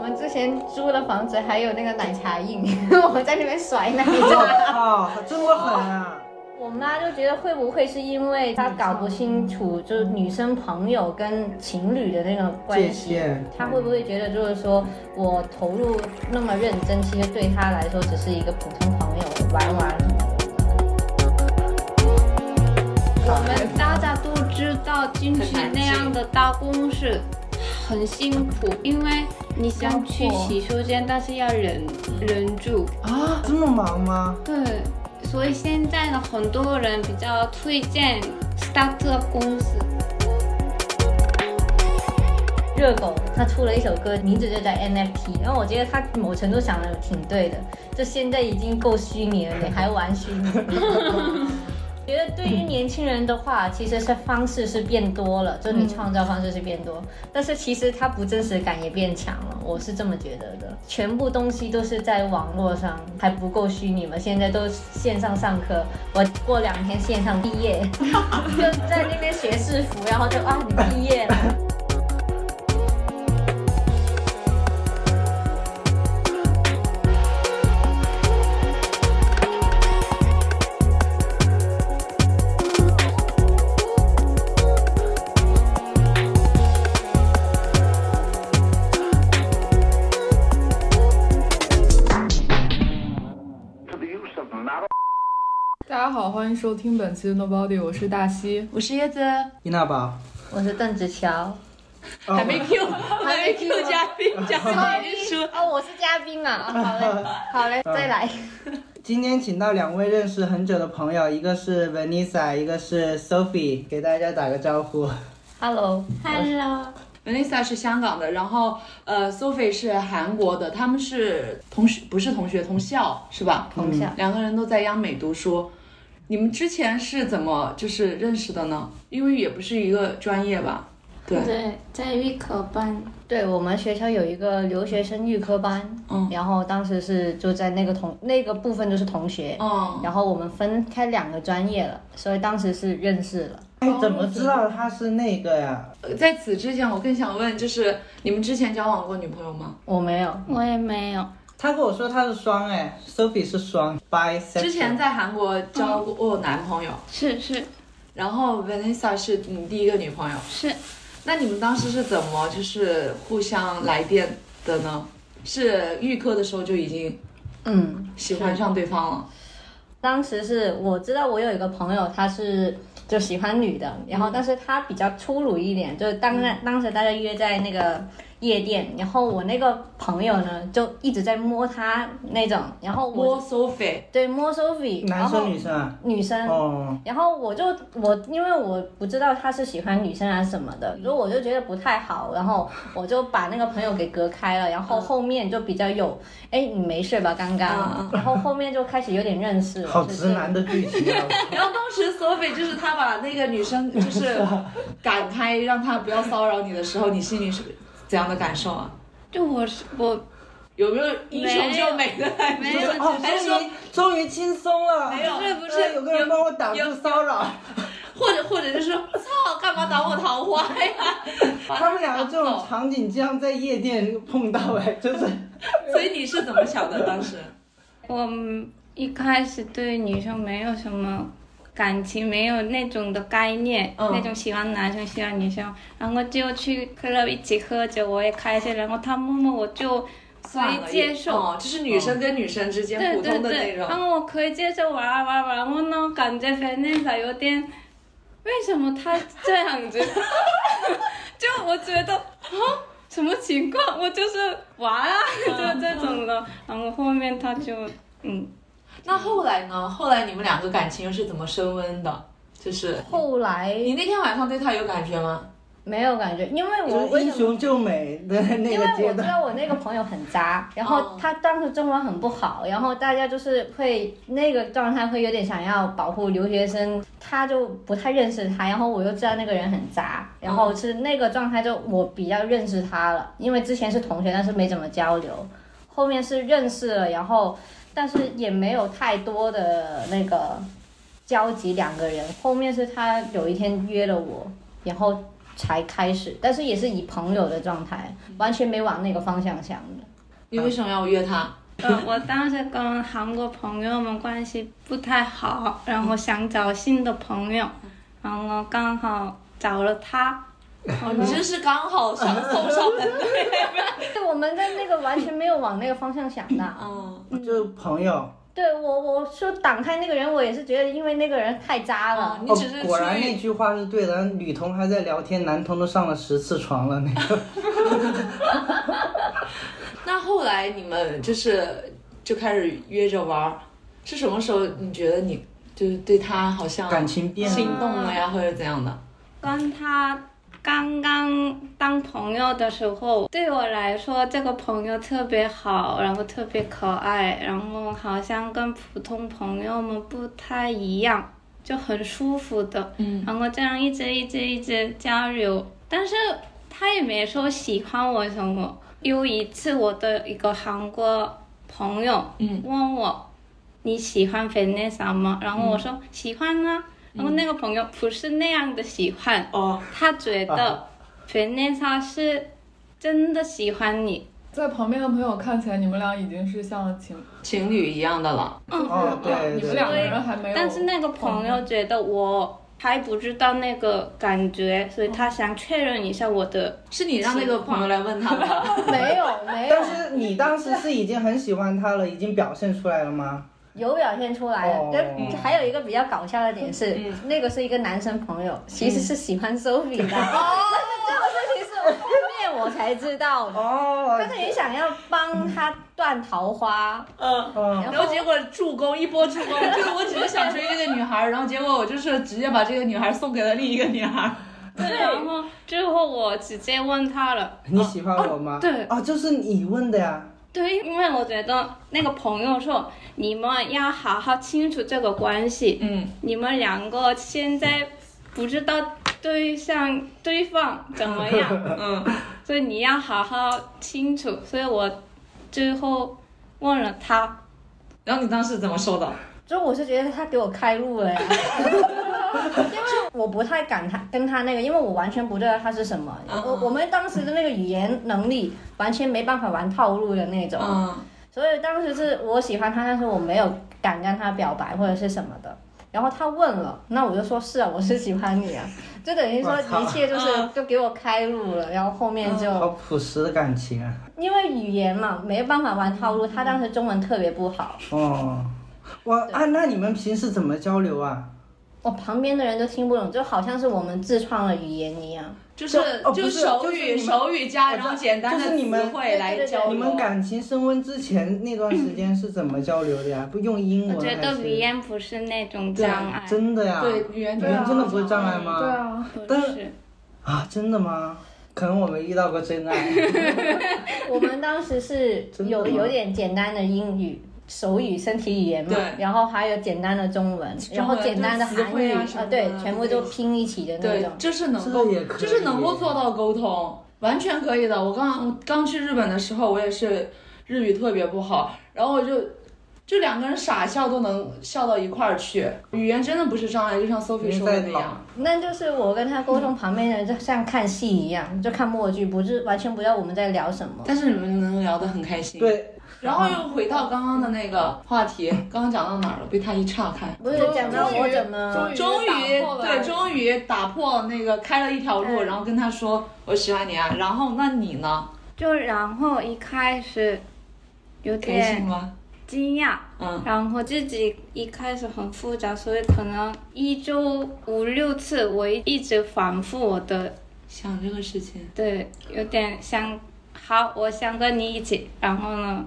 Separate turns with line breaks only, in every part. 们之前租的房子还有那个奶茶印， 我们在那边甩奶茶。
啊，这么狠啊！
我妈就觉得会不会是因为她搞不清楚，就是女生朋友跟情侣的那个关
界
系，
限，
她会不会觉得就是说我投入那么认真，其实对她来说只是一个普通朋友玩玩。
我们大家都知道进去那样的大公司很辛苦，因为你想去洗手间，但是要忍忍住。
啊，这么忙吗？
对，所以现在呢，很多人比较推荐 startup 公司。
热狗他出了一首歌，名字就叫 NFT，然后我觉得他某程度想的挺对的，就现在已经够虚拟了，你还玩虚拟？觉得对于年轻人的话，其实是方式是变多了，就你创造方式是变多，但是其实它不真实感也变强了，我是这么觉得的。全部东西都是在网络上，还不够虚拟嘛？现在都线上上课，我过两天线上毕业，就在那边学制服，然后就啊你毕业了。
to the use of matter.
大家好，欢迎收听本期的 Nobody，我是大西。
我是椰子，
伊娜宝，
我是邓紫乔。
还
Q，还没 Q 嘉宾，嘉宾已经说嗯
哦，我是嘉宾啊，啊好嘞， 好嘞，再来。
今天请到两位认识很久的朋友，一个是 Vanessa，一个是 Sophie，给大家打个招呼。
Hello，
嗯
Hello，
Vanessa 是香港的，然后呃，Sophie 是韩国的，他们是同学，不是同学，同校是吧？
同校
两个人都在央美读书。你们之前是怎么就是认识的呢？因为也不是一个专业吧？对，
对，在预科班，
对我们学校有一个留学生预科班，
嗯
然后当时是就在那个同那个部分就是同学，
嗯，
然后我们分开两个专业了，所以当时是认识了。
哎，怎么知道他是那个呀？
呃在此之前，我更想问，就是你们之前交往过女朋友吗？
我没有，
我也没有。
他跟我说他是双哎，Sophie 是双 b
之前在韩国交过男朋友，
是是
然后 Vanessa 是你第一个女朋友。
是，
那你们当时是怎么就是互相来电的呢？是预科的时候就已经
嗯，
喜欢上对方了？
当时是我知道我有一个朋友，他是就喜欢女的，然后但是他比较粗鲁一点，就是当
嗯
当时大家约在那个夜店，然后我那个朋友呢就一直在摸她那种，然后我
摸 Sophie，
对摸 Sophie，
男
然后
生女生啊？
女生
哦，
然后我就我因为我不知道他是喜欢女生还是什么
嗯
的，所以我就觉得不太好，然后我就把那个朋友给隔开了，然
嗯
后后面就比较有，哎，你没事吧，刚刚
嗯，
然后后面就开始有点认识了，
好
就是
直男的剧情啊！
然后当时 Sophie 就是他把那个女生就是赶开，让她不要骚扰你的时候，你心里是怎样的感受啊？
就我是我
有没有英雄救美的感
没
觉？
有，
哦，
还是说
终于终于轻松了，
没有，
不是
哎有个人帮我挡住骚扰。
或者或者就是操，干嘛挡我桃花呀？
他们两个这种场景经常在夜店碰到，哎，就是
所以你是怎么想的当时？
我一开始对女生没有什么感情，没有那种的概念，
嗯
那种喜欢男生喜欢女生，然后就去 club 一起喝酒，我也开心，然后他摸摸我就可以接受。
哦，就是女生跟女生之间
对
普
对
通的那
对，
种。
然后我可以接受玩啊玩啊玩啊，然后呢，感觉 Vanessa 有点，为什么他这样子？ 就我觉得啊，什么情况？我就是玩啊，
嗯
就这种的。然后后面他就嗯，
那后来呢？后来你们两个感情又是怎么升温的？就是
后来
你那天晚上对他有感觉吗？
没有感觉，因为我
就是
为
英
什么？
雄救美的那
因为
个
我
阶
知
段。
道我那个朋友很渣，然后
哦
他当时中文很不好，然后大家就是会那个状态会有点想要保护留学生，他就不太认识他，然后我又知道那个人很渣，然后是那个状态就我比较认识他了，因为之前是同学，但是没怎么交流，后面是认识了，然后但是也没有太多的那个交集，两个人后面是他有一天约了我，然后才开始，但是也是以朋友的状态，完全没往那个方向想的。
你为什么要约他？
呃，我当时跟韩国朋友们关系不太好，然后想找新的朋友，然后刚好找了他。
哦，你真是刚好上送上门 的。
对，我们在那个完全没有往那个方向想的啊。
嗯，
就是朋友，
对我，我说挡开那个人，我也是觉得，因为那个人太渣了。
啊你
哦
只是，
果然
出于
那句话是对的，女同还在聊天，男同都上了十次床了，那个
那后来你们就是就开始约着玩儿，是什么时候你觉得你就是对他好像
感情变
心
了。
动了呀，或者怎样的？
跟他刚刚当朋友的时候，对我来说这个朋友特别好，然后特别可爱，然后好像跟普通朋友们不太一样，就很舒服的。
嗯，
然后这样一直一直一直交流，但是他也没说喜欢我什么。有一次，我的一个韩国朋友
嗯
问我、你喜欢 Vanessa 吗？然后我说、喜欢啊。然后那个朋友不是那样的喜欢，
哦，
他觉得 Vanessa 是真的喜欢你。
在旁边的朋友看起来，你们俩已经是像情，啊
情侣一样的了。
哦，对
你们两个
对，
人还没有。
但是那个朋友觉得我还不知道那个感觉，所以他想确认一下我的。
是你让那个朋友来问他 的，
没有，没有
但，是你当时是已经很喜欢他了，已经表现出来了吗？
有表现出来了。
哦
但还有一个比较搞笑的点是，那个是一个男生朋友，其实是喜欢 Sophie 的。 但是这个事情是我后面我才知道的。
哦
他，是也想要帮他断桃花，
嗯。
嗯，
然后结果助攻一波助攻，就是我只是想追这个女孩，然后结果我就是直接把这个女孩送给了另一个女孩。
对，然后最后我直接问他了。
你喜欢我
啊
吗？
对
哦，就是你问的呀。
对，因为我觉得那个朋友说，你们要好好清楚这个关系，
嗯，
你们两个现在不知道对象对方怎么样，
嗯，
所以你要好好清楚。所以我最后问了他，
然后你当时怎么说的？
就我是觉得他给我开路了呀， 因为我不太敢他跟他那个，因为我完全不知道他是什么，
嗯
我我们当时的那个语言能力完全没办法玩套路的那种，
嗯，
所以当时是我喜欢他，但是我没有敢跟他表白或者是什么的。然后他问了，那我就说是啊，我是喜欢你啊， 就等于说
我操
一切就是
嗯
就给我开路了，然后后面就
好朴实的感情啊。
因为语言嘛，没办法玩套路，他当时中文特别不好，
哦，哇啊，那你们平时怎么交流啊？
我旁边的人都听不懂，就好像是我们自创了语言一样。
就是
哦不
就是手
就是
语
你们
手语加，
我知
然
道
后简单
就是
的
你们
词汇
对
来
对对对
交流。
你们感情升温之前那段时间是怎么交流的呀？不用英
我
文
觉
还
得
是
语言不是那种障碍，
真的呀？
对语言
语
对啊
言真的不是障碍
对
吗？
啊，
不
但
是。
啊，真的吗？可能我没遇到过真爱。
我们当时 是
真的吗
有有点简单的英语、手语、身体语言嘛
对，
然后还有简单的中文，
中文
然后简单的韩
就是词汇
语呃
啊什么的
对，全部都拼一起的那
对
种，。
就是能
这
够，
也可以
就是能够做到沟通，完全可以的。我刚我刚去日本的时候，我也是日语特别不好，然后我就就两个人傻笑都能笑到一块儿去，语言真的不是障碍，就像 Sophie 说的那样。
那就是我跟他沟通，旁边的人就像看戏一样，就看默剧，不是完全不知道我们在聊什么。
但是你们能聊得很开心。。
对，
然后又回到刚刚的那个话题，刚刚讲到哪儿了？被他一岔开。
不是讲到我怎么，
终于
打破了
对，终于打破那个开了一条路，然后跟他说我喜欢你啊。然后那你呢？
就然后一开始有
开心
点
吗？
惊讶，
嗯，
然后自己一开始很复杂，所以可能一周五六次，我一直反复我的，
想这个事情，
对，有点想，好，我想跟你一起，然后呢，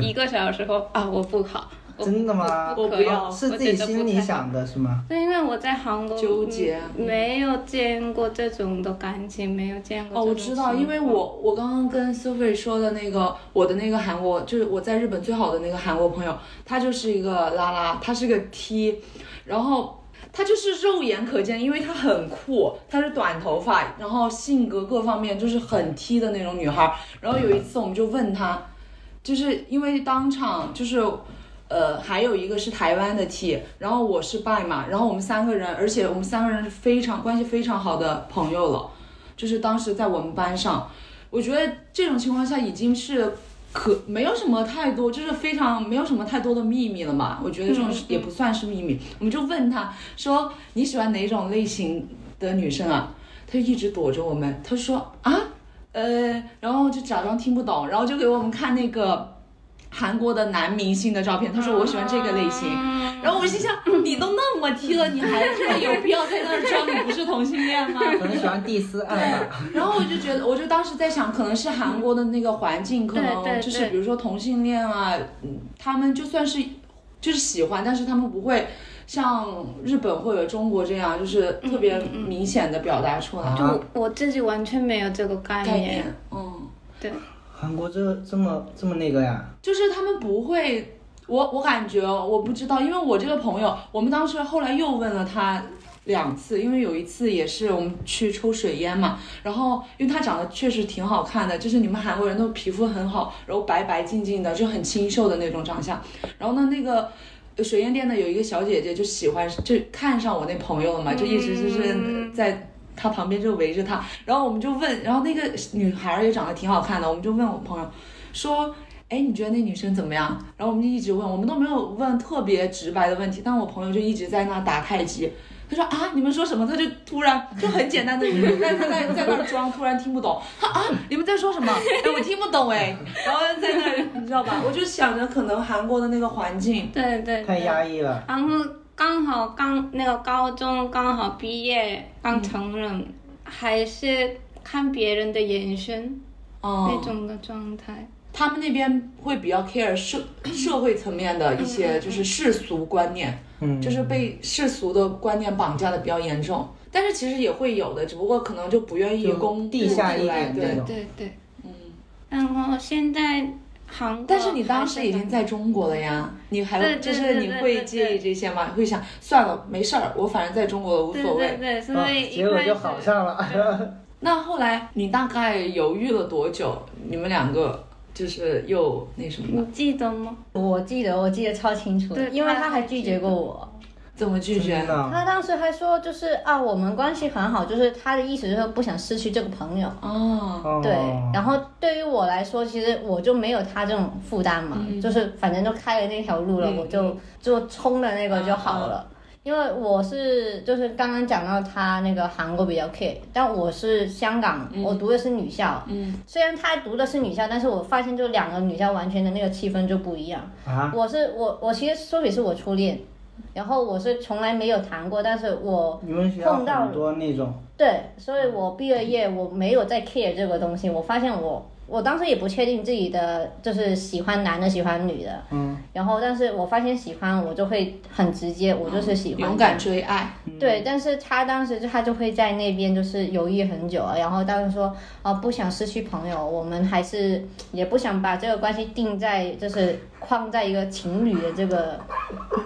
一个小时后啊，我不好，我
真的吗？
不
我
可
不
以
要
是自己心里。想的是吗？
对，因为我在韩国
纠结啊
嗯没有见过这种的感情，没有见过。
哦，我知道，因为我我刚刚跟 Sophie 说的那个，我的那个韩国，就是我在日本最好的那个韩国朋友，他就是一个拉拉，他是个 T，然后他就是肉眼可见，因为他很酷，他是短头发，然后性格各方面就是很 T 的那种女孩。然后有一次我们就问他，就是因为当场就是。呃，还有一个是台湾的 T，然后我是 by 嘛，然后我们三个人，而且我们三个人是非常关系非常好的朋友了，就是当时在我们班上，我觉得这种情况下已经是可没有什么太多，就是非常没有什么太多的秘密了嘛。我觉得这种
嗯
是
嗯
也不算是秘密，我们就问他说你喜欢哪种类型的女生啊？他就一直躲着我们，他说啊，呃，然后就假装听不懂，然后就给我们看那个韩国的男明星的照片，他说我喜欢这个类型。
啊
然后我 心想，你都那么 T 了，你还真的有必要在那儿装你不是同性恋吗？
可能喜欢第四案吧。
然后我就觉得，我就当时在想，可能是韩国的那个环境，可
对
能
对
就是
对
比如说同性恋啊，嗯他们就算是就是喜欢，但是他们不会像日本或者中国这样，就是特别
嗯嗯嗯
明显的表达出来
啊
就我自己完全没有这个概
概
念，
念，嗯。
对，
韩国这这么这么那个呀？
就是他们不会，我我感觉哦我不知道，因为我这个朋友，我们当时后来又问了他两次，因为有一次也是我们去抽水烟嘛，然后因为他长得确实挺好看的，就是你们韩国人都皮肤很好，然后白白净净的，就很清秀的那种长相，然后呢那个。水烟店的有一个小姐姐就喜欢，就看上我那朋友了嘛，就一直就是在她旁边就围着她，然后我们就问，然后那个女孩儿也长得挺好看的，我们就问我朋友说，哎，你觉得那女生怎么样？然后我们就一直问，我们都没有问特别直白的问题，但我朋友就一直在那打太极。他说啊，你们说什么？他就突然就很简单的语言，在在在在那儿装，突然听不懂。他啊，你们在说什么？哎，我听不懂哎。然后在那儿，你知道吧？我就想着可能韩国的那个环境，
对对
太
对。
压抑了。
然后刚好刚那个高中刚好毕业，刚成人，还是看别人的眼神、那
嗯，
种的状态。
他们那边会比较 care 社社会层面的一些就是世俗观念。
嗯，
就是被世俗的观念绑架的比较严重。但是其实也会有的，只不过可能就不愿意
就
公布
地下一
出来
点那
对
种，
对对。
嗯。
然后现在韩国，
但是你当时已经在中国了呀，你还
对
就
对
是你
对
会
对
介
对
意这些吗？会想算了，没事儿，我反正在中国了，无
对
所
对
谓。
对，所
啊
以一
结果
开
就
始
好上 了。
那后来你大概犹豫了多久？你们两个就是又那什么
你
了？
记得吗？
我记得，我记得超清楚的，
对
因为
他
他还
还
拒
记
绝
得
过我。
怎么拒绝
真？的
他当时还说，就是啊，我们关系很好，就是他的意思就是不想失去这个朋友。
哦，
哦
对，然后对于我来说，其实我就没有他这种负担嘛，就是反正就开了那条路了，
嗯啊
我就就冲了那个就好了。因为我是就是刚刚讲到他那个韩国比较 care，但我是香港，我读的是女校，
嗯，
虽然他读的是女校，但是我发现就两个女校完全的那个气氛就不一样。
啊，
我是我我其实说起是我初恋，然后我是从来没有谈过，但是我
你们学校
碰到
很多那种，
对，所以我毕了业，我没有再 care 这个东西。我发现我，我当时也不确定自己的就是喜欢男的，喜欢女的。
嗯，
然后，但是我发现喜欢，我就会很直接，我就是喜欢。
勇敢。追爱，
对，但是他当时就他就会在那边就是犹豫很久，然后当时说啊、不想失去朋友，我们还是也不想把这个关系定在就是框在一个情侣的这个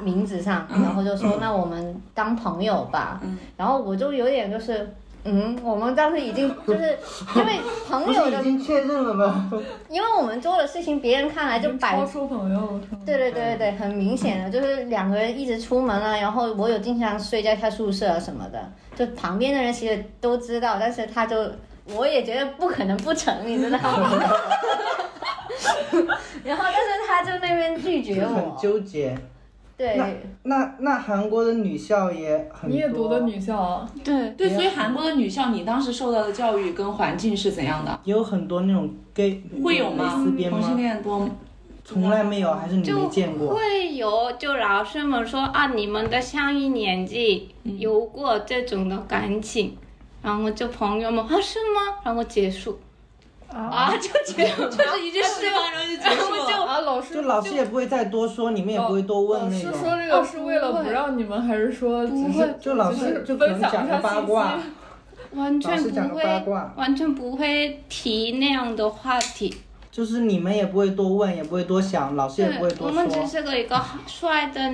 名字上，
嗯
然后就说那我们当朋友吧，然后我就有点就是。嗯，我们当时已经就是因为
不
朋友
是
的
已，经确认了吗？
因为我们做的事情，别人看来就摆
超出朋友了，是吗
对对对对
嗯
对，很明显的，就是两个人一直出门啊，然后我有经常睡在他宿舍啊什么的，就旁边的人其实都知道，但是他就我也觉得不可能不成，你知道吗？ 然后但是他就那边拒绝
很
我，
纠结。
对
那那那韩国的女校也很多，
你也读的女校啊？
对，
对，所以韩国的女校，你当时受到的教育跟环境是怎样的？
也有很多那种 gay
会有吗？
蕾丝边
同性
吗？
恋多吗？
从来没有，还是你
就
没见过？
会有就老师们说啊，你们的上一年级
嗯
有过这种的感情，然后就朋友们啊是吗？然后结束，
啊
啊，就结束，就是一句是吗？然后就结束了。
啊！老师
就老师也不会再多说，你们也不会多问
老
那
师
种。
说这个是为了不让你们，还是哦说只
不
是
会
就老
只
师
是
就可
分
能
享
讲
一
个
下
八
信
卦
息？，
完
老
全
师讲
不
个八
会，
卦，
完全不会提那样的话题。
就是你们也不会多问，也不会多想，老师也
对
不会，多
我们只
说。
是个一个帅的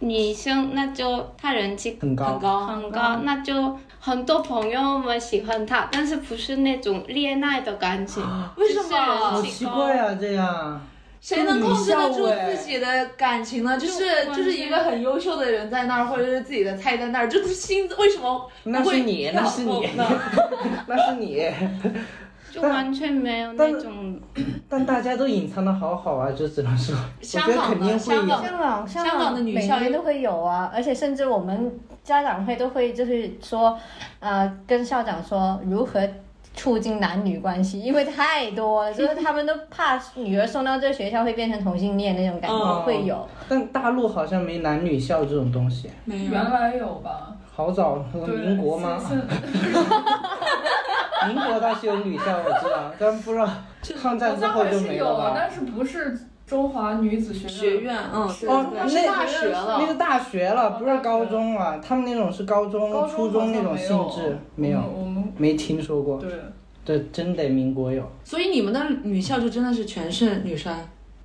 女生，那就她人气
很
很
高，
高，
很高，那就很多朋友们喜欢她，但是不是那种恋爱的感情，
啊
为什么
就是人
好
气
奇
高
怪啊，这样
谁能控制得
就
住
你笑哎
自己的感情呢？就是
就
就是一个很优秀的人在那儿，或者是自己的菜在那儿，就是心为什么
那是你，那是
我
你，那是你。
就完全没有那种
但大家都隐藏的好好啊，就只能说，我
香
觉得
港
肯
的
定会
香港
有。
香港香
香港的女
每
校
年
友
都会有啊，而且甚至我们家长会都会就是说，呃，跟校长说如何。促进男女关系，因为太多了，就是他们都怕女儿送到这学校会变成同性恋那种感觉，
嗯
哦
会有。
但大陆好像没男女校这种东西，
没
原来有吧？
好早，
对，
民国吗？
现现
民国倒是有女校，我知道，但不知道抗战
好
之
像
后
还
就是没
有， 啊
吧？
但是不是中华女子学
学
院？
院，嗯，
是
哦，
对
那
那是大学了
那是大学
哦
了，不是
大学
高中了。他们那种是高中、
高中
初中那种性
好像
质，没有，
我们
没听说
我
过。
嗯们对。
对，真得民国有，
所以你们的女校就真的是全是女生，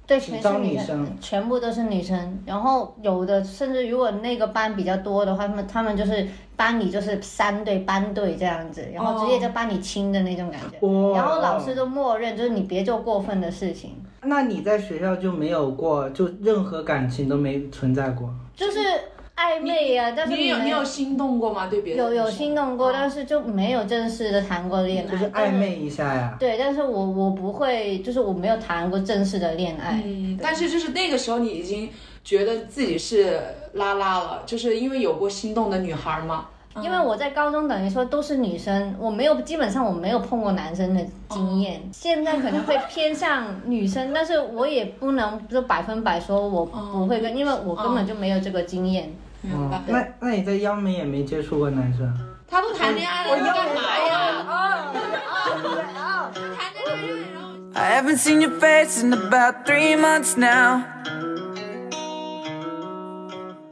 对，
只
全是
招女生
全部都是女生。然后有的甚至如果那个班比较多的话，他们他们就是班里就是三对班对这样子，
哦
然后直接就把你亲的那种感觉。
哦
然后老师都默认就是你别做过分的事情，
那你在学校就没有过，就任何感情都没存在过。
就是暧昧啊。但是
你有
没
你有心动过吗？对别的
有
女生
有心动过，
哦
但是就没有正式的谈过恋爱，
就是暧。昧一下呀。
对，但是我我不会，就是我没有谈过正式的恋爱。
嗯，但是就是那个时候你已经觉得自己是拉拉了，就是因为有过心动的女孩嘛。
因为我在高中等于说都是女生，我没有基本上我没有碰过男生的
哦
经验，现在可能会偏向女生，但是我也不能说百分百说我不会
哦
跟，因为我根本就没有这个经验。
明白
哦，那那你在央媒也没接触过男生？
他都谈恋爱了，你干嘛呀？谈恋爱了，然后。
I haven't seen your face in about three months now.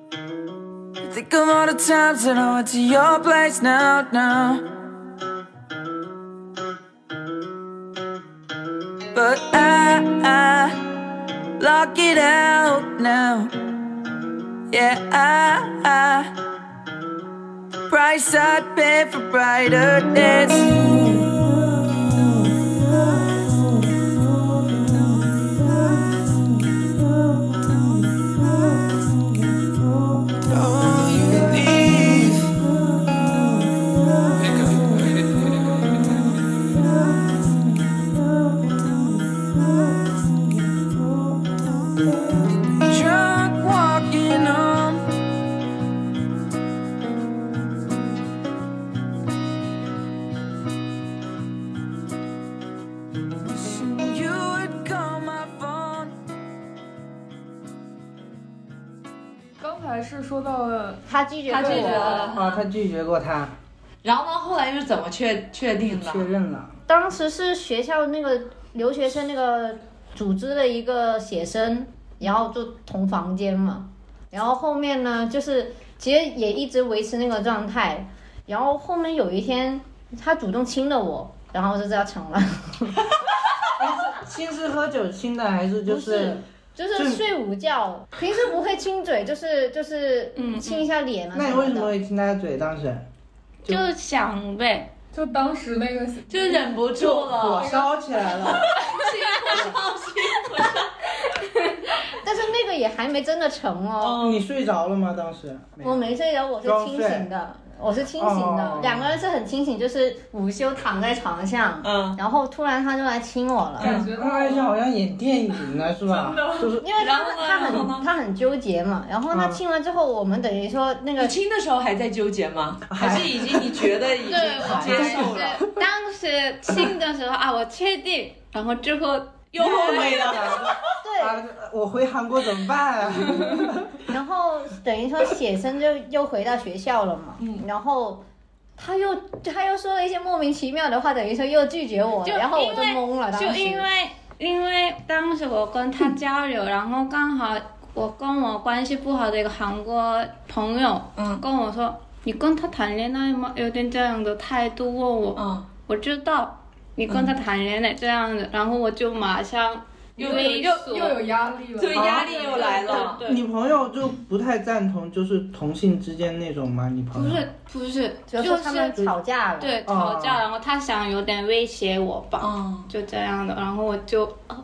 Think of all the times that I went to your place now, now. But I, I lock it out now. Yeah, I, I price I pay for brighter days. Drunk walking home. Wishing you would call my phone.
刚才是说到了
他拒绝
他
过
拒绝
我，
了，
啊，他拒绝过他，
然后呢？后来又是怎么确确定的？
确认了。
当时是学校那个留学生那个组织的一个写生，然后就同房间嘛。然后后面呢，就是其实也一直维持那个状态。然后后面有一天，他主动亲了我，然后就这样成了，
亲是喝酒亲的，还是就
不是就是睡午觉，平时不会亲嘴，就是就是亲一下脸啊
那
什
你
么
为什么
的。
会亲他的嘴？当时就
就想呗，
就当时那个
就忍不住
火
了，
烧起来了。
但是那个也还没真的成哦，
嗯
你睡着了吗？当时
我没睡着，我是
装
清
睡
醒的，我是清醒的
哦，
两个人是很清醒，就是午休躺在床上，
嗯，
然后突然他就来亲我了，
嗯
感觉
刚
到
开始好像演电影呢，是吧？就是
因为他
然后呢
他
然后呢
很他很纠结嘛，然后他
嗯
亲完之后，我们等于说那
你
嗯
个
亲的时候还在纠结吗？还是已经你觉得已经
对，我
接受了？
是 当时亲的时候啊，我确定，然后之后
又后悔了，
对，
啊，我回韩国怎么办啊？
然后等于说写生就又回到学校了嘛，
嗯
然后。他又他又说了一些莫名其妙的话，等于说又拒绝我了，
就
然后我就
因为
懵了。当
就
时
因为因为当时我跟他交流，然后刚好我跟我关系不好的一个韩国朋友，
嗯
跟我说你跟他谈恋爱吗？有点这样的态度问我，
嗯，
我知道你跟他谈恋爱这样
嗯
的，然后我就马上
又
猥
又
琐
又有压力了，
对嗯压力又来了。
对
你朋友就不太赞同，就是同性之间那种吗？你朋
不
友
是不是，
嗯就
就是
他们嗯
是
吵架了，，
对
哦
吵架，然后他想有点威胁我吧，
嗯，
就这样的，然后我就。啊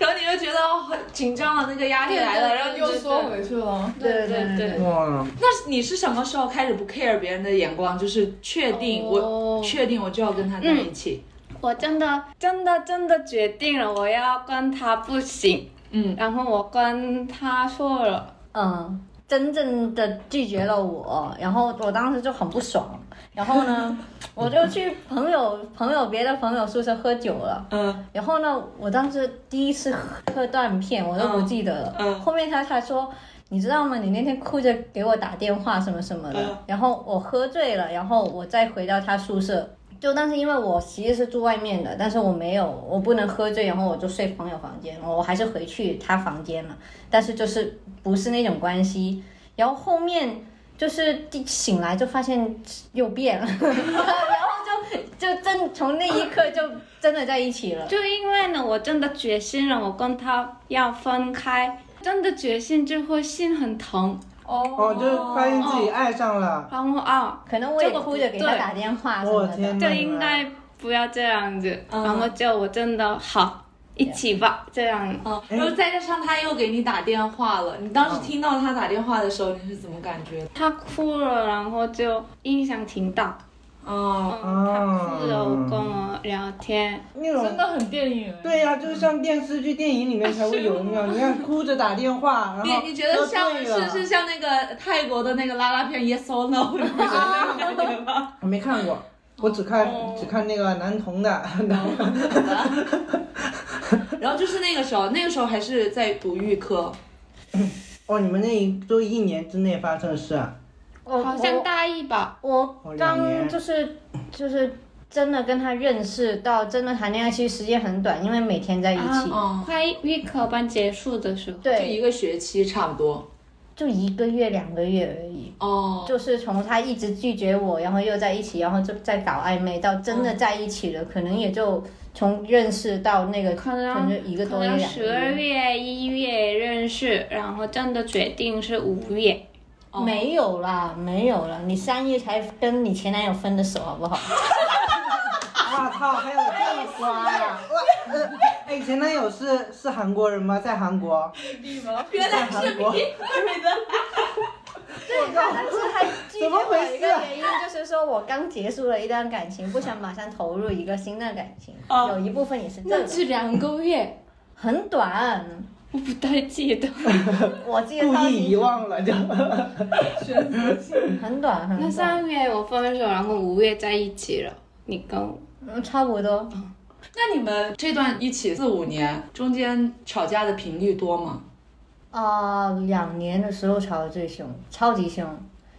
然后你就觉得哦很紧张了，那个压力来了，然后你
又
就
缩回去了。
对对对。
哇，
那你是什么时候开始不 care 别人的眼光？就是确定
哦
我确定我就要跟他在一起。
我真的真的真的决定了，我要跟他不行。
嗯
然后我跟他说了，
嗯，真正的拒绝了我，然后我当时就很不爽，然后呢，我就去朋友朋友别的朋友宿舍喝酒了，
嗯
然后呢，我当时第一次喝断片，我都不记得了，
嗯嗯
后面他才说。你知道吗？你那天哭着给我打电话什么什么的，
嗯
然后我喝醉了，然后我再回到他宿舍，就但是因为我其实是住外面的，但是我没有，我不能喝醉，然后我就睡朋友房间，我还是回去他房间了，但是就是不是那种关系。然后后面就是第醒来就发现又变了， 然后就就真从那一刻就真的在一起了。
就因为呢，我真的决心了，我跟他要分开，真的决心就会心很疼。
哦，就是发现自己爱上了，
然后啊，
可能我也
这个不
哭着给他
对
打电话什
我
么
天
的。
哪！
就应该不要这样子。然后就我真的好一起吧，这样。
嗯，然后再加上他又给你打电话了，你当时听到他打电话的时候，你是怎么感觉的？
他哭了，然后就印象挺大。
哦，
嗯，他哭了，我跟我聊天。
那种
真的很电影哎。
对呀、就是像电视剧、电影里面才会有那种，你看哭着打电话，然
你
后
嗯你觉得
喝
像
醉
是
了
是像那个泰国的那个拉拉片 Yes or No 里面的那种感觉吗？
我没看过，我只看、
哦
只看那个男童的，
然后就是那个时候，那个时候还是在读预科，
哦，你们那一都一年之内发生的事啊？
哦我
好像大一吧，
我
我
我
哦两年
刚就是就是真的跟他认识到真的谈恋爱，其实时间很短，因为每天在一起，
嗯，
快预科班结束的时候，
就一
对，
个学期差不多。
就一个月两个月而已。
哦，
就是从他一直拒绝我，然后又在一起，然后就再搞暧昧，到真的在一起了，可能也就从认识到那个，
可
可
能啊
能就一个多
可
月
能
两个
十二
月。
月、一月认识，然后真的决定是五月。
哦
没有啦，没有啦，你三月才跟你前男友分的手，好不好？
哇靠，还有这么说 啊！哇，呃哎，前男友是是韩国人吗？在韩国？
原
在韩国？
对，但是他拒绝
怎么
我
回
的一
事
个
啊
原因就是说我刚结束了一段感情，不想马上投入一个新的感情，
啊
哦
有一部分也是这
那
个，
是两个月，
很短，
我不太记得，
我记得
故
到
意遗忘了就。
很短
那
很短，
三月我分手，然后五月在一起了。你跟我
嗯，差不多。
那你们这段一起四五年，中间吵架的频率多吗？
啊、两年的时候吵得最凶，超级凶。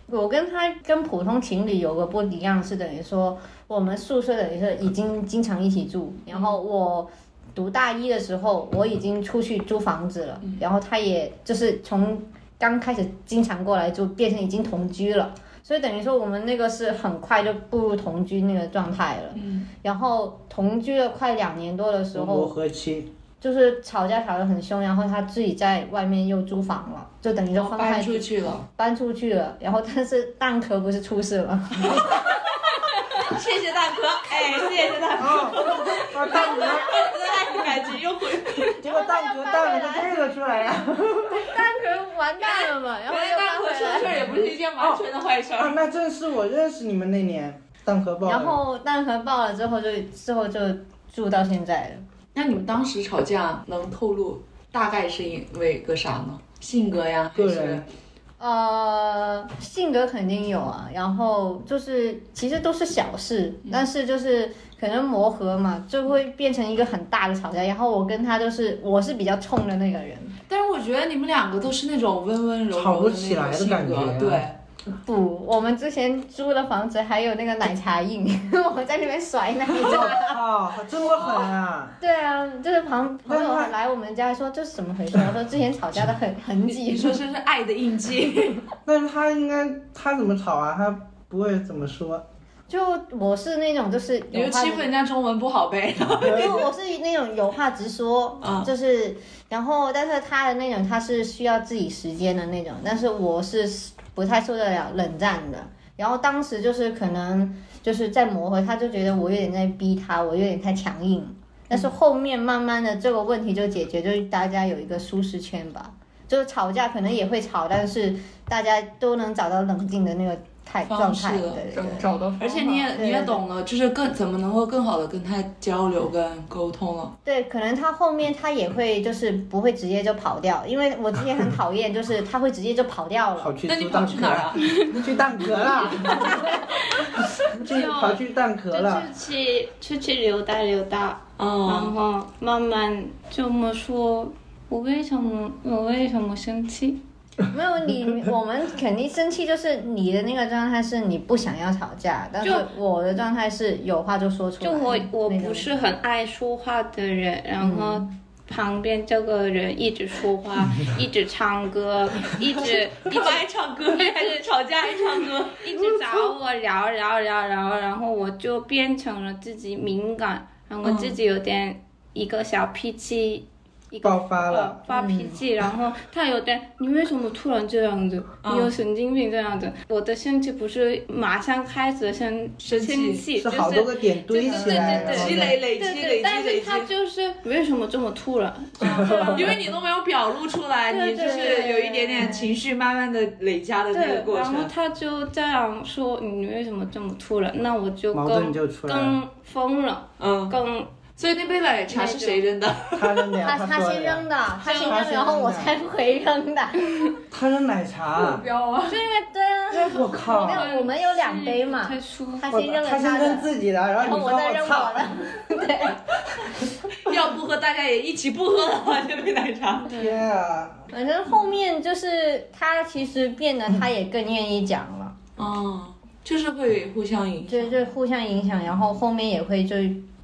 我跟他跟普通情侣有个不一样，是等于说我们宿舍等于是已经经常一起住，然后我读大一的时候我已经出去租房子了，然后他也就是从刚开始经常过来住，变成已经同居了，所以等于说我们那个是很快就步入同居那个状态了。
嗯，
然后同居了快两年多的时
中
候
国，和期，
就是吵架吵得很凶，然后他自己在外面又租房了，就等于就分
搬
开
出去了。
哦搬出去了。然后但是蛋壳不是出事了，
谢谢大哥， 哎，谢谢大哥，
啊，啊蛋壳，
那个感情又回
结果蛋壳蛋了就退了出来呀、
蛋壳完蛋了 嘛，
哎
然后又搬回
说的事
来。
儿也不是一件完全的坏事
啊。
儿。
那正是我认识你们那年，蛋壳爆了。
然后蛋壳爆了之后就之后就住到现在了。
那你们当时吵架能透露大概是因为个啥呢？性格呀，
个人
呃，性格肯定有啊，然后就是其实都是小事，但是就是可能磨合嘛，就会变成一个很大的吵架。然后我跟他就是我是比较冲的那个人，
还是？但是我觉得你们两个都是那种温温柔
吵
柔
不
的
起来
那
的
种性
感觉啊
格，对。
不，我们之前租的房子还有那个奶茶印， 我们在那边甩奶 茶。
啊，这么狠啊！
对啊，就是旁朋友
那那
来我们家说这是怎么回事，我说之前吵架的痕痕
你
迹。
说这是爱的印 记，
但是他应该他怎么吵啊？他不会怎么说。
就我是那种就是
你
有
就
话
欺负人家中文不好呗。
因为我是那种有话直说，
啊
就是然后但是他的那种他是需要自己时间的那种，但是我是不太受得了冷战的。然后当时就是可能就是在磨合，他就觉得我有点在逼他，我有点太强硬，但是后面慢慢的这个问题就解决，就是大家有一个舒适圈吧。就是吵架可能也会吵，但是大家都能找到冷静的那个态状
方式
态，对对对。
找到方法，
而且你也你也
对
懂了，就是更怎么能够更好的跟他交流跟沟通了。
对，可能他后面他也会就是不会直接就跑掉，因为我之前很讨厌，就是他会直接就跑掉
跑
了。
去
那你
煮
跑
蛋
去
壳
哪儿啊
了，？ 去蛋壳了，去跑去蛋壳了
就。出去出去溜达溜达，然
嗯，
后慢慢这么说。我为什么我为什么生气？
没有你，我们肯定生气，就是你的那个状态是你不想要吵架，但是
就
我的状态是有话就说出来。
就我我
那种
不是很爱说话的人，然后
嗯
旁边这个人一直说话，一直唱歌，一 直一直
爱唱歌，还是吵架爱唱歌？
一直找我聊聊聊聊，然后我就变成了自己敏感，然后自己
嗯
有点一个小脾气，一个
爆发了
呃发脾
嗯
气，然后他有点你为什么突然这样子？你
嗯
有神经病这样子？我的生气不是马上开始生
生气嗯
气，
是
就是
好多个点堆起来，
对对对对
然后
积
积
累
呢
累积
对
累
对，
积
但
累
是
积，
他就是为什么这么突然？
因为你都没有表露出来，
啊对
你就是有一点点情绪慢慢的累加的这个
对，
过
然后
程。
他就这样说你为什么这么突然？那我就
矛
更
盾就出来了。
更疯了，
嗯，
更
所以那杯奶茶是谁扔的？
他扔的呀，
他
他
啊他
说
先
的呀
扔，的，他先
他
扔，
先
然后
扔
我
的
才回扔的。
他扔奶茶。
标啊，
对啊，
我靠！
没有，我们有两杯嘛，
太舒服。
他
我
先扔了
他先扔
的，
自己的，然
然后
后你
我
说
再扔
操
我，的。对，
要不喝，大家也一起不喝了吧？这杯奶茶。
天啊！
反正后面就是他其实变得他也更愿意讲了，
嗯，就是会互相影响
就。就互相影响，然后后面也会就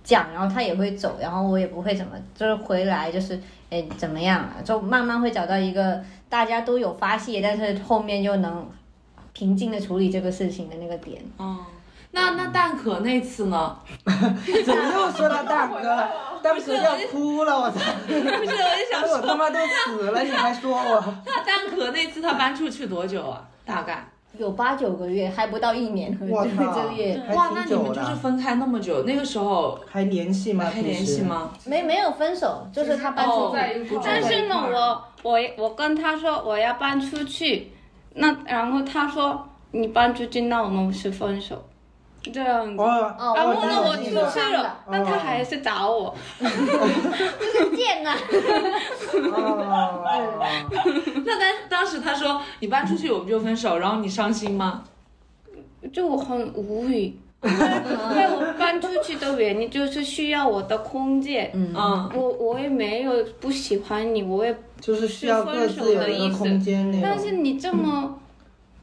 讲，然后他也会走，然后我也不会怎么，就是回来就是哎怎么样啊，就慢慢会找到一个大家都有发泄，但是后面又能平静的处理这个事情的那个点。
嗯，那那蛋壳那次呢？
怎么又说到大哥了？大哥要哭了，我操！
不是，我就想
我他妈都死了，你还说 我？
蛋壳那次他搬出去多久啊？大概？
有八九个月，还不到一年，
我
这
操！
个月
哇，
还
那
挺
你们
久
就是
的，
分开那么久，那个时候
还联系吗？
还
平时
联系？吗？
没没有分手，就是他搬
哦
出去。
在一块儿
但是呢，
在一块儿
我我我跟他说我要搬出去，那然后他说你搬出去，那我们是分手，这样子。
哦，
哦
然后
我知
呢，
道
我
你
出
说
去了，
哦
但他还是找我，
贱啊！
哦，
那当当时他说你搬出去我们就分手，然后你伤心吗？
就我很无语。 因为我搬出去的原因就是需要我的空间，
嗯，
我我也没有不喜欢你，我也，
就是需要各自有一个空间那
但是
种，
你这么，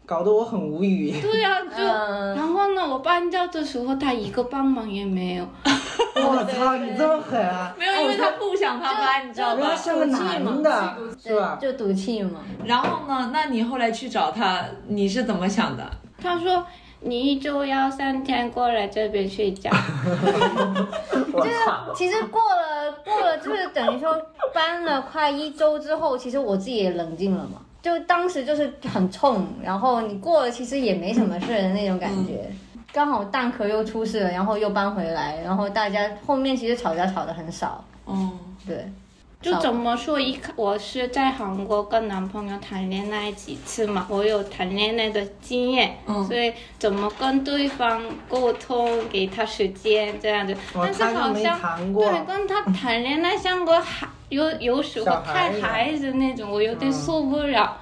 搞得我很无语。
对呀、就
嗯
哦
然后呢，我搬家的时候他一个帮忙也没有，
我操，你这么狠啊！
没有，因为他不想他搬，你知道
原
吧
来？像个男的，是吧？
就赌气嘛。
然后呢？那你后来去找他，你是怎么想的？
他说你一周要三天过来这边 睡觉，
我操！
其实过了过了，就是等于说搬了快一周之后，其实我自己也冷静了嘛。就当时就是很冲，然后你过了其实也没什么事的那种感觉。刚好蛋壳又出事了，然后又搬回来，然后大家后面其实吵架吵得很少，
哦，
对，
就怎么说？一开我是在韩国跟男朋友谈恋爱几次嘛，我有谈恋爱的经验，
嗯
所以怎么跟对方沟通，给他时间这样子。
我
但是
他又
好
没
像
谈过，
对跟他谈恋爱像个孩，有有时候
小孩
太
一样
孩子那种，我有点
嗯
受不了。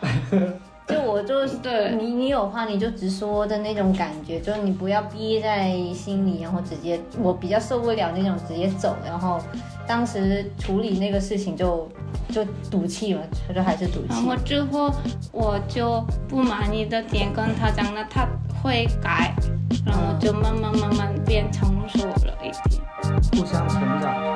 就我就
对
你你有话你就直说的那种感觉，就是你不要憋在心里，然后直接我比较受不了那种直接走，然后当时处理那个事情就就赌气嘛，他就还是赌
然
气
后。之后我就不满意的点跟他讲了，他会改，然后就慢慢慢慢变成熟了一点。
互相成长。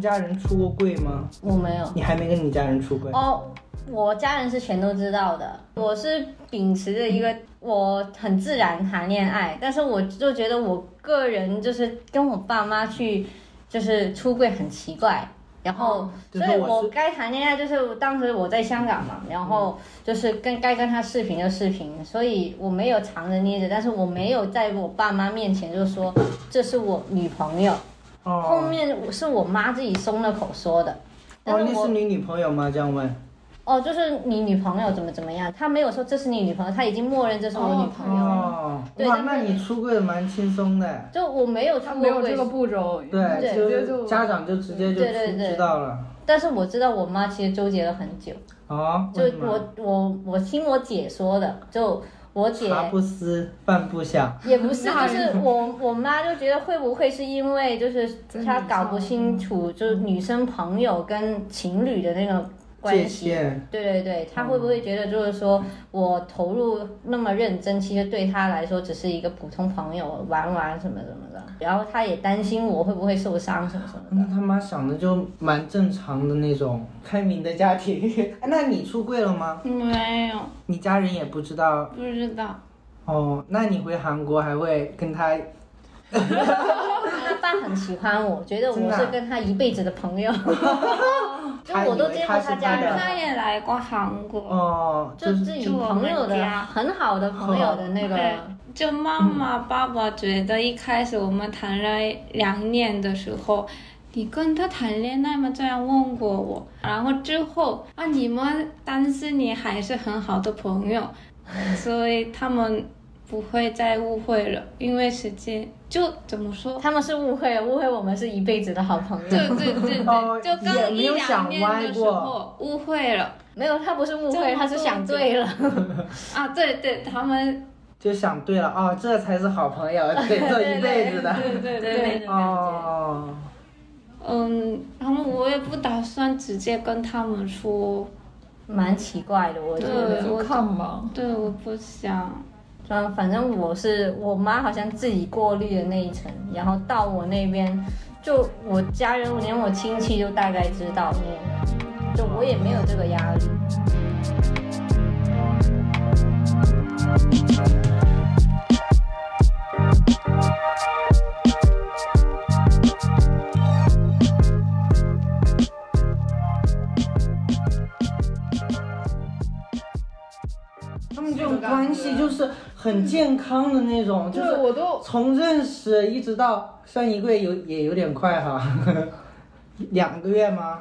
家人出过柜吗？
我没有。
你还没跟你家人出柜？
哦，我家人是全都知道的。我是秉持着一个我很自然谈恋爱，但是我就觉得我个人就是跟我爸妈去就是出柜很奇怪。然后，
哦就是
所以
我
我
是
该谈恋爱就是当时我在香港嘛，然后
嗯
就是跟该跟他视频就视频，所以我没有藏着掖着，但是我没有在我爸妈面前就说这是我女朋友。
哦，
后面是我妈自己松了口说的，但
哦，
是
那
我
是你女朋友吗？这样问。
哦，就是你女朋友怎么怎么样，他没有说这是你女朋友，他已经默认这是我女朋友。
哦，
对
哇，
但是
那你出柜的蛮轻松的。
就我没有出
他
过
没有
柜
这个步骤，
对，
对
就
直接就是
家长就直接就
对对
出
对
知道了。
但是我知道我妈其实纠结了很久。
哦，
就
为什么
我我我听我姐说的，就我姐
茶不思饭不想。
也不 是，就是我我妈就觉得会不会是因为就是她搞不清楚，就是
嗯
女生朋友跟情侣的那种
界
关系。
限，
对对对，她会不
嗯
会觉得就是说我投入那么认真，其实对她来说只是一个普通朋友玩玩什么什么的，然后她也担心我会不会受伤什么什么
那
嗯
的。
他妈想的就蛮正常的那种开明的家庭。哎那你出柜了吗？
没有，
你家人也不知道
不知道。
哦。那你回韩国还会跟他？
她爸很喜欢我，觉得
真
我
的啊
是跟她一辈子的朋 友，就我都见过她家
对
人，
他也来过韩国，
哦，
就自己朋友
住我们
的
家
很好 的朋友的那个，
对就妈妈、
嗯
爸爸觉得一开始我们谈了两年的时候，你跟他谈恋爱吗？这样问过我。然后之后啊，你们但是你还是很好的 朋友，所以他们不会再误会了，因为时间就怎么 说？
他们是误会，误会我们是一辈子的好朋友
对。对对
哦
对，就
也
刚
没
一
有想
两年
歪
的时
过
候误会了
没有，他不是误
这
会，
么
他是想对了。
啊，对对，他们
就想对了哦，这才是好朋友，得做一辈子的。
对
对
对对
对
哦，
嗯，然后我也不打算直接跟他们说，
蛮奇怪的，我觉
对
得。
就
我
看吧。
对，我不想，
嗯，反正我是我妈好像自己过滤的那一层，然后到我那边，就我家人连我亲戚都大概知道那样，就我也没有这个压力。
他们这种关系就是很健康的那种，就
就是是我都
从认识一直到上一个月有也有点快哈， 两个月吗？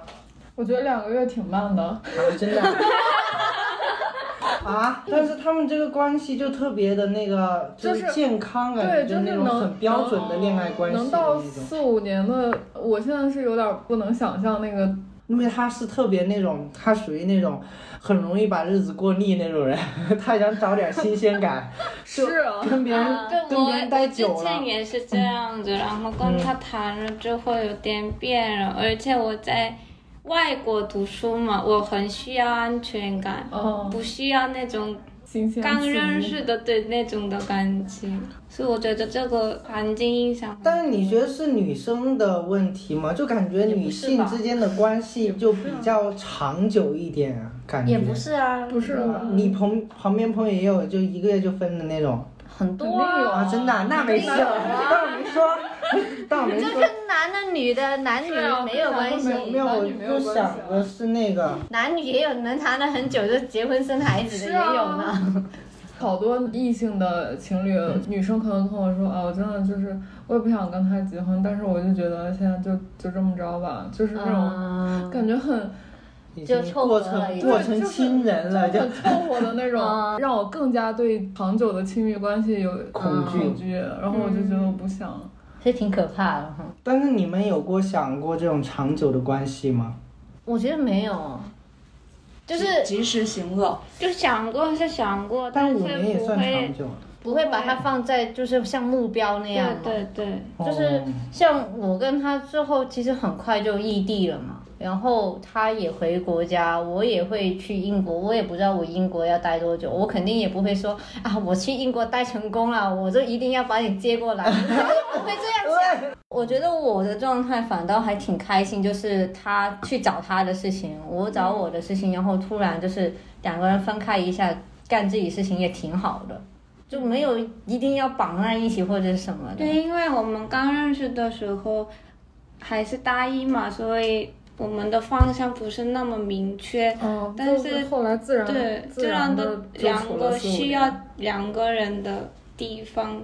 我觉得两个月挺慢的，
啊，真 的。啊！但是他们这个关系就特别的那个，
就是
是健康感觉，
对，就是
那种很
能
标准的恋爱关系的
能
那
到
种。
四五年的，我现在是有点不能想象那个。
因为他是特别那种，他属于那种很容易把日子过腻那种人， 他想找点新鲜 感，就是
啊，
跟别人、
啊对
跟别人
我
待
我
久
之
了嗯
前，也是这样子，然后跟他谈了之后有点变了，而且我在外国读书嘛，我很需要安全感，
哦
嗯，
不需要那种
新鲜。
刚认
刺激。
识的对那种的感情，所以我觉得这个环境影响。
但是你觉得是女生的问题吗？就感觉女性之间的关系就比较长久一点啊，感觉
也不。是啊，
不是吧
你朋旁边朋友也有，就一个月就分的那种
很
肯
多
定有
啊。
啊，真的啊、 那没事，倒没说，倒没
这
说，
跟男的、女的、男女
对啊
没有关系，
跟男的
没有，
男
我
女没有
就
关系啊
想的是那个，
男女也有能谈了很久就结婚生孩子的
是
也
啊
有嘛。
好多异性的情侣，女生可能跟我说啊，我真的就是我也不想跟他结婚，但是我就觉得现在就就这么着吧，就是那
啊
种
嗯，
感觉很
已
就
经
凑
过
合了
成
已经
过成亲人了，
就
就
很凑合的那种，
嗯
让我更加对长久的亲密关系有呃
恐惧
恐惧，然后我就觉得我不想。
这挺可怕的哈。
但是你们有过想过这种长久的关系吗？
我觉得没有，就是
及时行乐，
就想过是想过，
但
是
五年也
不
算长
会，
久了。
不会把它放在就是像目标那样
对
嘛。
对对，
就是
哦
像我跟他最后其实很快就异地了嘛，然后他也回国家，我也会去英国，我也不知道我英国要待多久，我肯定也不会说啊，我去英国待成功了，我就一定要把你接过来，我不会这样想。我觉得我的状态反倒还挺开心，就是他去找他的事情，我找我的事情，然后突然就是两个人分开一下，干自己事情也挺好的，就没有一定要绑在一起或者是什么的。
对，因为我们刚认识的时候还是大一嘛，所以我们的方向不是那么明确。
哦，
嗯但
就是后来自然
对，
自
这样
然的
的两个需
要
要两个人的地方，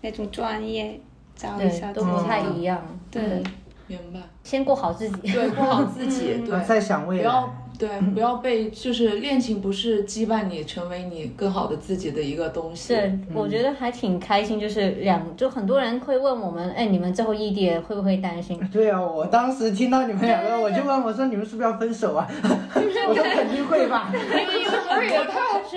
那种专业找一下
对，都不太一样。嗯
对，
明白。
先过好自己。
对，顾好自己，
嗯
对，
啊在想未
不
来
要。对，不要被就是恋情不是羁绊你成为你更好的自己的一个东西。
嗯
是，我觉得还挺开心，就是两，就很多人会问我们，哎，你们最后异地会不会担心？
对啊，我当时听到你们两个，我就问我说你们是不是要分手 啊？我说肯定会吧。
是，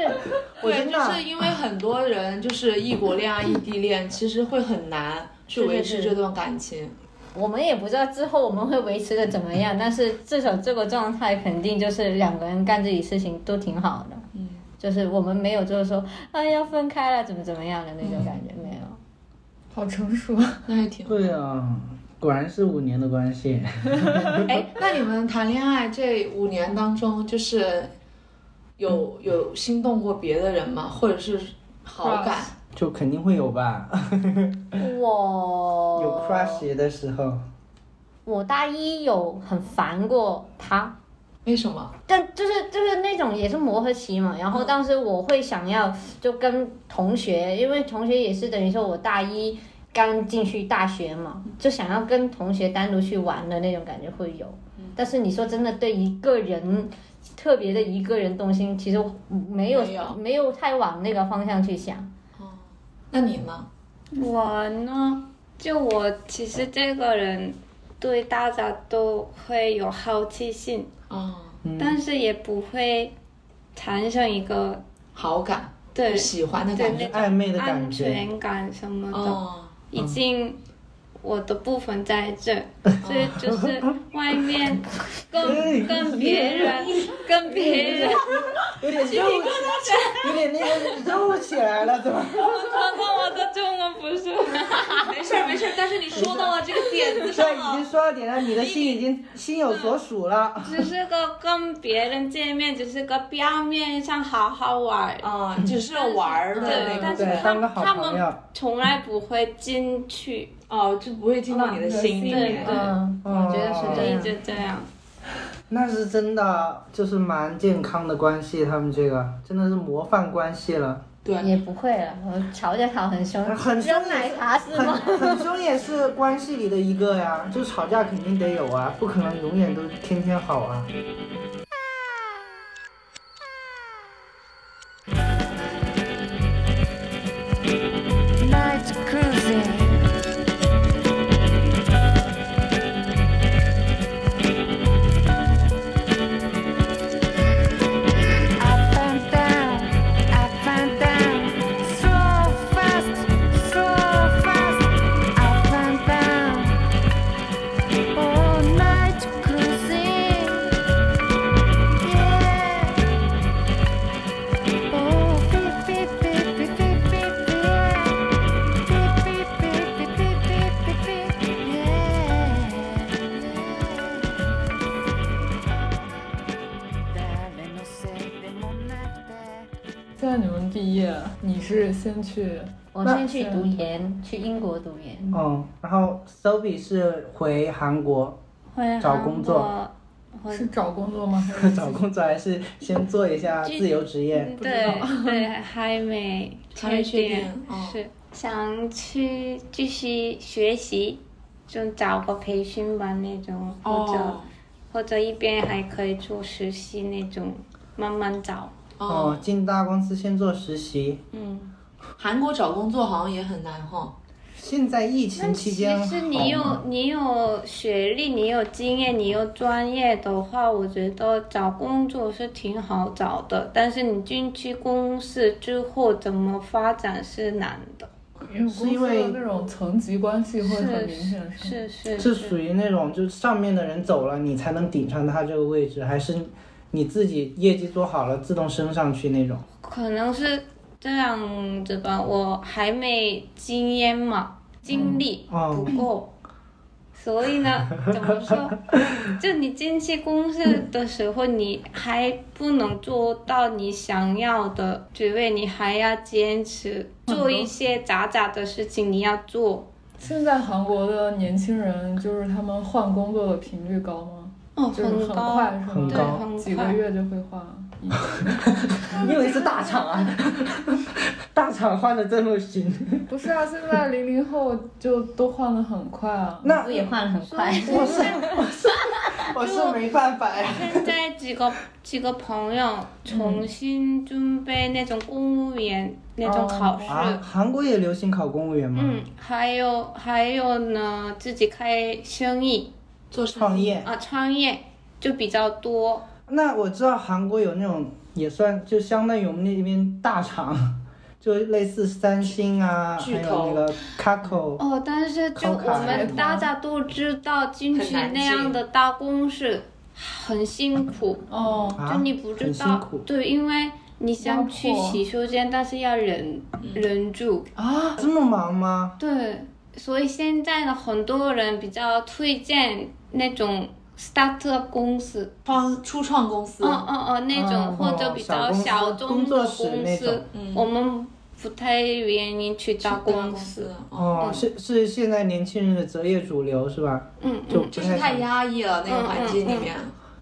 我
对，
真
就
的
是因为很多人就是异国恋啊、异地恋，其实会很难去
是
维
是
持
是
这段感情。
我们也不知道之后我们会维持的怎么样，但是至少这个状态肯定就是两个人干自己事情都挺好的。
嗯，
就是我们没有就是说，哎，要分开了，怎么怎么样的那种感觉、没有。
好成熟。
那还挺。
对啊，果然是五年的关系。
哎，那你们谈恋爱这五年当中，就是有有心动过别的人吗？或者是好感？
就肯定会有吧，
嗯
我
有 crush 的时候，
我大一有很烦过他，
为什么？
但就是就是那种也是磨合期嘛。然后当时我会想要就跟同学，因为同学也是等于说我大一刚进去大学嘛，就想要跟同学单独去玩的那种感觉会有。但是你说真的，对一个人特别的一个人动心，其实没有
没有
没有太往那个方向去想。
那你呢？
我呢，就我其实这个人对大家都会有好奇心，
啊、
但是也不会产生一个
好感，
对
喜欢的感
对
觉。
暧昧的感
安
觉，
全感什么的。
哦，
嗯
已经我的部分在 这，所以就是外面跟跟别人跟别 人，
有点肉，有点那个肉起来了，怎么？
可能我的中文不是
没事儿没事儿，但是你说到了这个点子
对，已经说到点了，你的心已经心有所属了。
只是个跟别人见面，只是个表面上好好玩。
啊，只是玩儿的
对，
那
但
种
是
对
他
当个好
他
朋
们
友
从来不会进去，
哦，就不会进到你的心里
对
面。
嗯，
哦
我觉得是
所
这
以
样。
就这样。
那是真的，就是蛮健康的关系，他们这个真的是模范关系了，
对，
也不会了，我吵架吵很凶，
很凶
扔奶茶是
很
吗？
很凶也是关系里的一个呀， 就吵架肯定得有啊，不可能永远都天天好啊。
Night cruising. Up and down, up and down, so fast, so fast. Up and down, all night cruising. Yeah. Oh, beep, beep, beep, beep, beep, beep, yeah. Beep, beep, beep, beep, beep, beep, beep, beep, yeah. 誰のせいでもなくて
现在你们毕业，你是先去
我先去读研，去英国读研。
嗯，然后 Sophie 是回韩国
会
找工作
我
是找工作吗？还是
找工作，还是先做一下自由职业？
对对，还没
还没确定
定
哦，
是想去继续学习，就找个培训班那种，或者
哦
或者一边还可以做实习那种，慢慢找。
哦
哦，，
进大公司先做实习。
嗯，
韩国找工作好像也很难哈。
现在疫情期
哦其
间好吗，
实你有你有学历，你有经验，你有专业的话，我觉得找工作是挺好找的。但是你进去公司之后怎么发展是难的。
因为
是因为
公司的那种层级关系会很明显的
是是
是属于那种就上面的人走了，你才能顶上他这个位置，还是你自己业绩做好了自动升上去那种？
可能是这样子吧，我还没经验嘛，经历不
哦，
够，所以呢，怎么说？就你进去公司的时候，你还不能做到你想要的职位，你还要坚持做一些杂杂的事情，你要做。
现在韩国的年轻人就是他们换工作的频率高吗？
哦，
就是
很
很
高，
快是吗？
很
对，
高
几
很
个
快。
月就会换。
哦
你以为是大厂啊？ 大厂换的这么勤，
不是啊，现在零零后就都换的很快啊。
那
我也换了很快。
我是我是我是没办法呀。
现在几个几个朋友重新准备那种公务员那种考试，
啊，韩国也流行考公务员吗？
嗯，还有还有呢，自己开生意
做生意
创业。
啊，创业就比较多。
那我知道韩国有那种也算就相当于我们那边大厂， 就类似三星啊，还
巨
有那
头
个 Kakao，
哦，但是就
考卡
我们大家都知道，进去
很难
那样的大公司很辛苦，
哦，
啊
就你不知
很辛
道
苦，
对，因为你想去
压迫
洗手间，但是要忍忍住，
哦
啊，这么忙吗？
对，所以现在呢，很多人比较推荐那种 startup 公司，
创初创公司，
哦哦哦，那种、
哦
或者比较小众
工
的
作
公
室
司，
那种
嗯
我们不太愿意去
大
大公司。，
嗯
哦，是是现在年轻人的择业主流是吧？
嗯
就
嗯，
不
就是太
想
压抑了那个环境里面。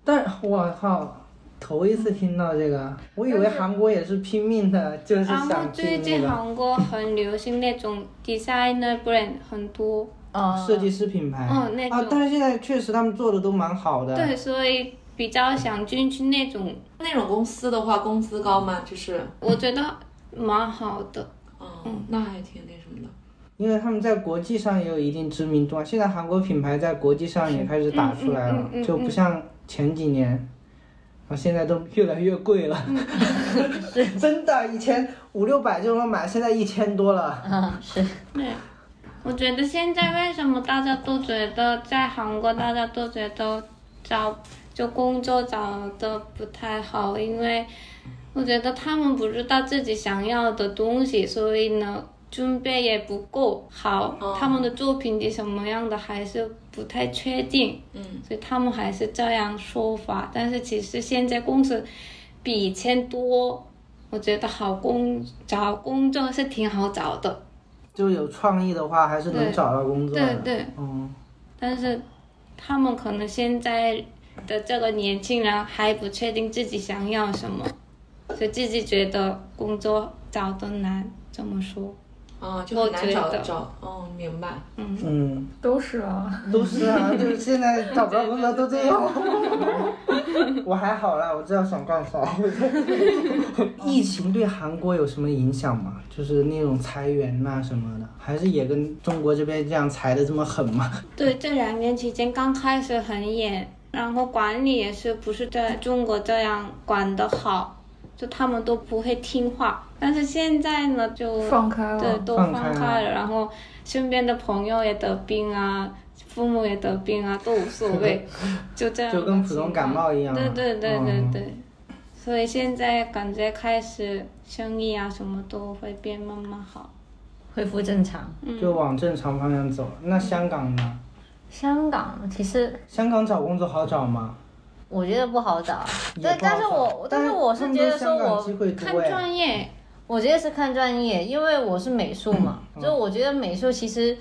但我靠，头一次听到这个，我以为韩国也是拼命的，就是
然后
想
啊最
进
近
那个
韩国很流行那种 designer brand 很多，
哦
啊，
设计师品牌。
嗯那
啊
种，
但是现在确实他们做的都蛮好的。
对，所以比较想进去那种，
那种公司的话，工资高吗？就是，
我觉得蛮好的。
嗯，那还挺那什么的。
因为他们在国际上也有一定知名度啊。现在韩国品牌在国际上也开始打出来了
嗯嗯，嗯嗯
就不像前几年，啊，现在都越来越贵了。
嗯
真的，以前五六百就能买，现在一千多了。
嗯，是。
对，我觉得现在为什么大家都觉得在韩国，大家都觉得找就工作找的不太好，因为我觉得他们不知道自己想要的东西，所以呢。准备也不够好，
哦
他们的作品是什么样的还是不太确定，
嗯，
所以他们还是这样说法。但是其实现在公司比以前多，我觉得好工找工作是挺好找的。
就有创意的话，还是能
对
找到工作
对
的。
对，
嗯，
但是他们可能现在的这个年轻人还不确定自己想要什么，所以自己觉得工作找的难。这么说，
啊，就很难
我
找
觉得
找。嗯，明白。
嗯，
都是啊，
都是啊，就是现在找不到工作都这样。我还好啦，我知道想干啥。 疫情对韩国有什么影响吗？就是那种裁员呐、什么的，还是也跟中国这边这样裁的这么狠吗？
对这两年期间刚开始很严，然后管理也是不是在中国这样管的好，就他们都不会听话。但是现在呢，就
放开
对，
了。
都
放
放
开
开
了
了，然后身边的朋友也得病啊，父母也得病啊，都无所 谓，就这样。
就跟普通感。冒一样啊。
对对对对
嗯
对，所以现在感觉开始生意啊什么都会变慢慢好。
恢复正常。
嗯
就往正常方向走。那香港呢？
香港其实
香港找工作好找吗？
我觉得不好找，
也
但但是
不好找
我但是
但
我是觉得说
他们香港
我
机会
看
多哎
专业，
我觉得是看专业，因为我是美术嘛，就我觉得美术其实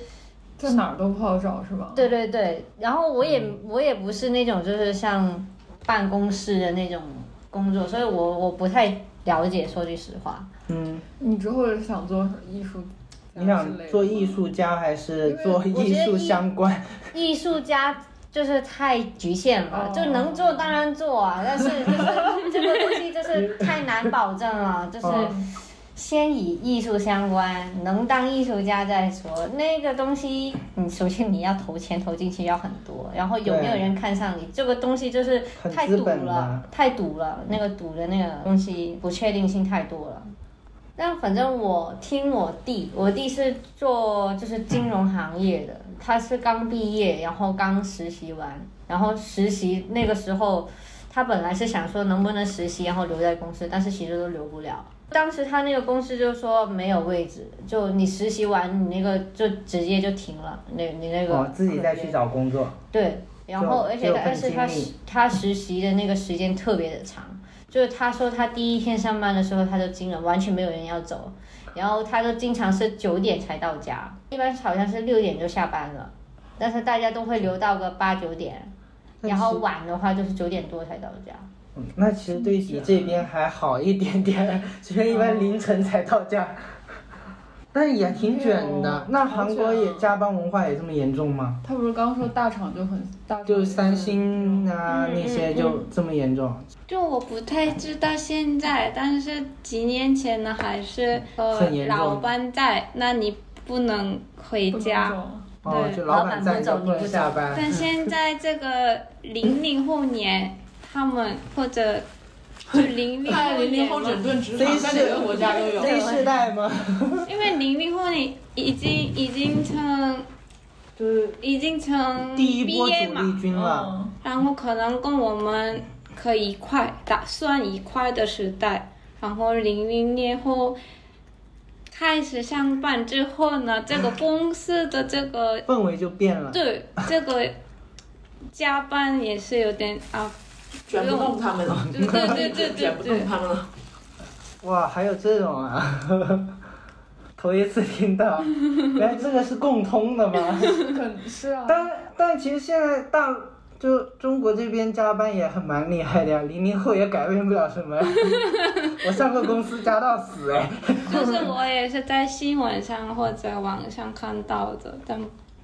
在哪儿都不好找是吧？
对对对，然后我也、我也不是那种就是像办公室的那种工作，所以我我不太了解，说句实话，
嗯，
你之后想做艺术家
你
之类的吗？
想做艺术家还是做
因为我觉
艺
得
术
艺
相关？
艺术家。就是太局限了
哦
就能做当然做啊，但是就是 这个东西就是太难保证了，就是
哦
先以艺术相关，能当艺术家再说。那个东西，你首先你要投钱投进去要很多，然后有没有
对
人看上你，这个东西就是
很
太
资
赌
本的啊
了，太赌了。那个赌的那个东西不确定性太多了。但反正我听我弟，我弟是做就是金融行业的，他是刚毕业，然后刚实习完，然后实习那个时候，他本来是想说能不能实习，然后留在公司，但是其实都留不了。当时他那个公司就说没有位置，就你实习完你那个就直接就停了，那你那个、
哦，自己再去找工作。
对，然后而且
就
他但是
很
他
精
实他实习的那个时间特别的长，就是他说他第一天上班的时候他就惊了，完全没有人要走，然后他就经常是九点才到家，一般好像是六点就下班了，但是大家都会留到个八九点，
那
然后
其
晚的话就是九点多才到家。
嗯那其实对你这边还好一点点， 这边一般凌晨才到家，但也挺卷
哎
的
呦。
那
好
韩
卷
国也
啊
加班文化也这么严重吗？
他不是刚说大厂就很大厂，
就是三星啊
嗯
那些就这么严重，
就我不太知道现在，但是几年前呢，还是呃
很严重
老板在，那你不能回
不能
家。
走
哦，
对
就
老
老
板
板
不
在你就
走你
不能
不
下
走
班。
但现在这个零零后年，他们或者就零零
太
后
零
年
零后
嘛
整顿职场，在哪个国家都有。
这世代吗？
因为零零后你已经已经成
就是
已经成
第一
毕
波
业
主
嗯嘛，
力军了。
嗯
然后可能跟我们可以一块打算一块的时代，然后零零年后开始上班之后呢，这个公司的这个
氛围就变了。
对这个加班也是有点啊，
卷不动他们了，
对对对 对
卷不
对
动
对，
他们了。
哇，还有这种啊！ 头一次听到，原来这个是共通的吗？
肯是啊，
但但其实现在大就中国这边加班也很蛮厉害的呀，零零后也改变不了什么。我上个公司加到死哎，
就是我也是在新闻上或者网上看到的，但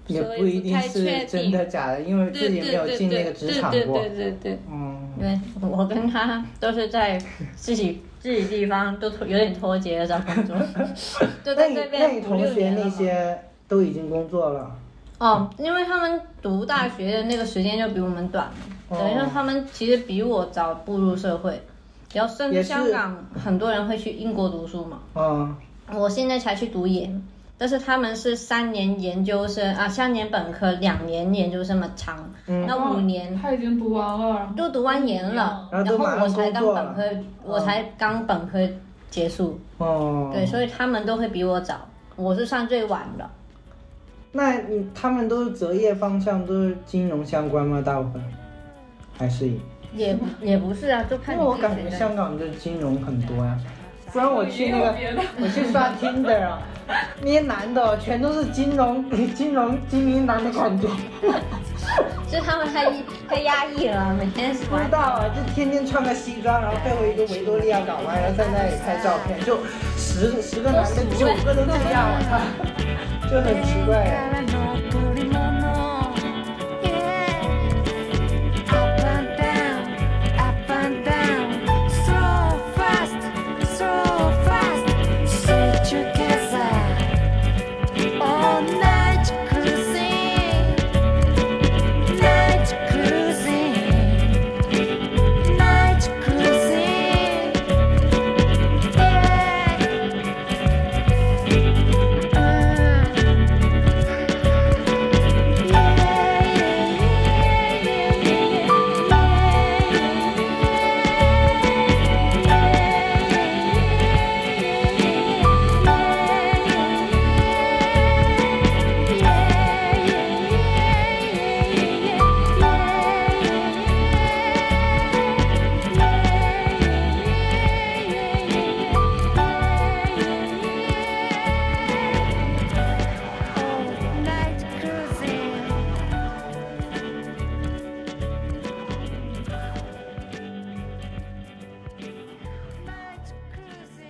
也
所以
不一定
太
是
确
真
定。
的假的，因为自
对
己
对
没有
对
进
对
那
对
个职
对
场过
对。对对，
嗯，
对，我跟他都是在自己自己地方都脱有点脱节了找工 作，就
那
在
你
这
那
边
你
五
同
六
学
年了
那
嘛。
些都已经工作了，
哦，因为他们读大学的那个时间就比我们短，
哦
等于说他们其实比我早步入社会，然后甚
也
至
是
香港很多人会去英国读书嘛，
嗯，
我现在才去读研，但是他们是三年研究生啊，三年本科，两年研究生嘛长，
嗯
那五年
他已经读完了，然后
都读完研了，
然
然
后都
后
马上
我才
工
刚
作
本科，我才刚本科结束，
嗯哦，
对，所以他们都会比我早，我是算最晚的。
那你他们都是择业方向都是金融相关吗？大部分还是？因
也也不是啊，就看
为
你自己
我感觉
谁的
香港就金融很多呀、不然我去那个我去刷 Tinder 啊，那些男的哦全都是金融 金融精英男的感觉，
就他们太太压抑了，每天
不知
玩
道啊，就天天穿个西装，然后背后一个维多利亚港湾，然后在那里拍照片，就十十个男的九个都这样，我操， 就很奇怪啊呀、
からの贈り物 Yeah Up and down Up and down So fast So fast 水中経済 All night cruising Night cruising Night cruising Yeah Uh. Night cruising. Night cruising.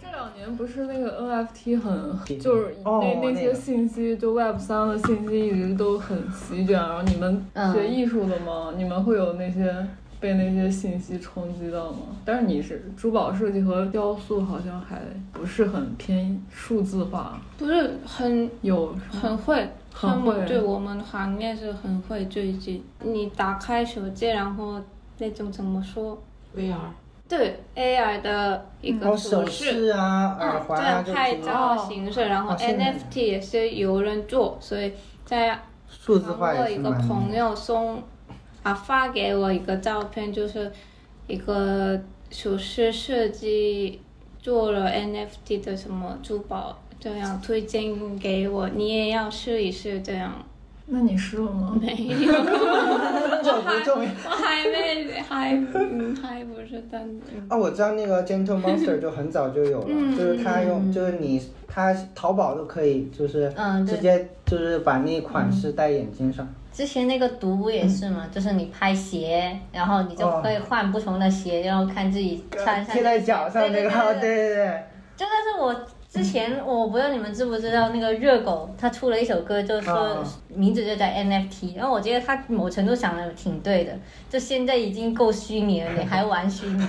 这两年不是那个 NFT 很，
对
就是那、
哦
那
那
些
个
信息，就 Web 三的信息一直都很席卷。然后你们
嗯
学艺术的吗？你们会有那些被那些信息冲击到吗？但是你是珠宝设计和雕塑，好像还不是很偏数字化，
不是很
有
很会，
很
他们
会
对我们行业是很会最近。你打开手机，然后那种怎么说？
VR，
对 AR 的一
然后
个
首
服饰。
饰啊、哦耳
嗯，这
环啊
样
这
拍
些，
照形式，然后
哦现在
NFT 也是有人做，所以在
数字
然
化
后
也
一
是
个
蛮。
朋友送啊发给我一个照片，就是一个首饰设计做了 NFT 的什么珠宝，这样推荐给我，你也要试一试这样。
那你试了吗？
没有，
这不重要。
我还没还嗯还不是单。嗯
啊，我知道那个 Gentle Monster 就很早就有了，
嗯
就是它用，就是你它淘宝都可以，就是
嗯对
直接就是把那款式戴眼睛上。
之前那个毒不也是
嗯
嘛，就是你拍鞋，然后你就
哦
可以换不同的鞋，然后看自己穿上。
贴在脚上那
对
个，
对
对嗯
对。
对对，
就但是我之前我不知道你们知不知道那个热狗，他出了一首歌，就是说
啊
名字就叫 NFT，然后我觉得他某程度想的挺对的，就现在已经够虚拟了，你还玩虚拟？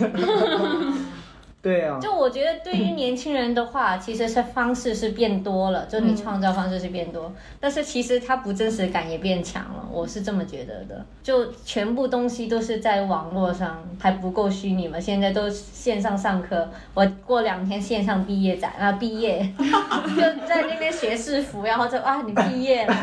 对啊，
就我觉得对于年轻人的 话，其实是方式是变多
嗯
了，就你创造方式是变多，但是其实它不真实感也变强了，我是这么觉得的。就全部东西都是在网络上，还不够虚拟嘛？现在都线上上课，我过两天线上毕业展啊，毕业 就在那边学士服，然后就啊你毕业了，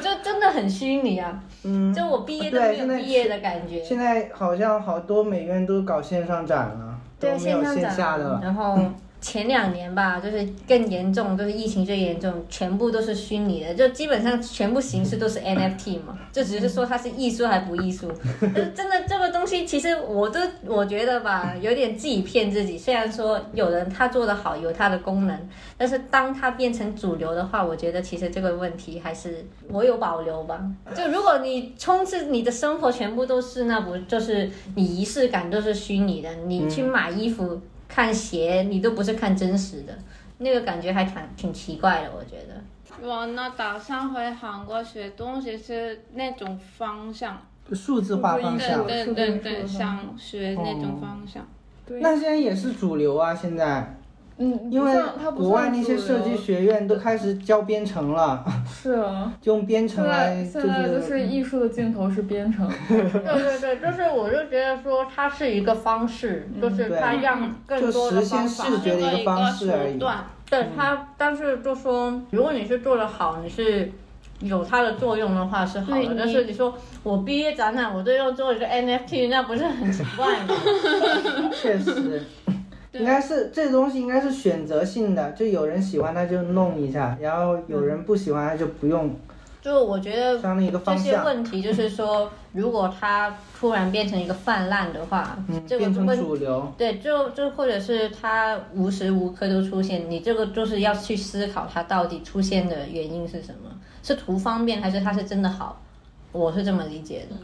就真的很虚拟啊！
嗯，
就我毕业都
对
没有
现在
毕业的感觉。
现在好像好多美院都搞线上展了，都
对，
没有
上
线下
展
的
览。
了。
然后前两年吧，就是更严重，就是疫情最严重，全部都是虚拟的，就基本上全部形式都是 NFT 嘛，就只是说它是艺术还不艺术。 就是真的这个东西，其实我都我觉得吧，有点自己骗自己。虽然说有人他做的好，有他的功能，但是当它变成主流的话，我觉得其实这个问题还是我有保留吧。就如果你充斥你的生活全部都是那不就是你仪式感都是虚拟的，你去买衣服、看鞋，你都不是看真实的，那个感觉还挺挺奇怪的，我觉得。
我呢打算回韩国学东西是那种方向，
数字化方
是
向
的，
对对
是的
对
是
对，
的
想学那种方向。
对，
那现在也是主流啊！现在，
嗯，
因为
不算它不
国外
算
那些
主流
设计学院都开始教编程了，
是啊。
用编程
现
来
在
就
啊
嗯
现在就是是艺术的尽头是编程，
对对对，就是我就觉得说它是一个方式，就是
嗯对
它让更
就
多的
实
方
现
法。
视觉的一个方式而
手
已。
段，
对它，但是就说，如果你是做的好，你是有它的作用的话是好
对
的
你。
但是你说我毕业展览，我最后做一个 NFT，那不是很奇怪吗？
确实，
对
应该是这东西应该是选择性的，就有人喜欢他就弄一下，然后有人不喜欢他就不用，
就我觉得
这样的一个
嗯这
方
些
向。
问题就是说，如果它突然变成一个泛滥的话，
嗯，
这个
变成
问
主流，
对，就就或者是它无时无刻都出现，你这个就是要去思考它到底出现的原因是什么，是图方便还是它是真的好？我是这么理解的。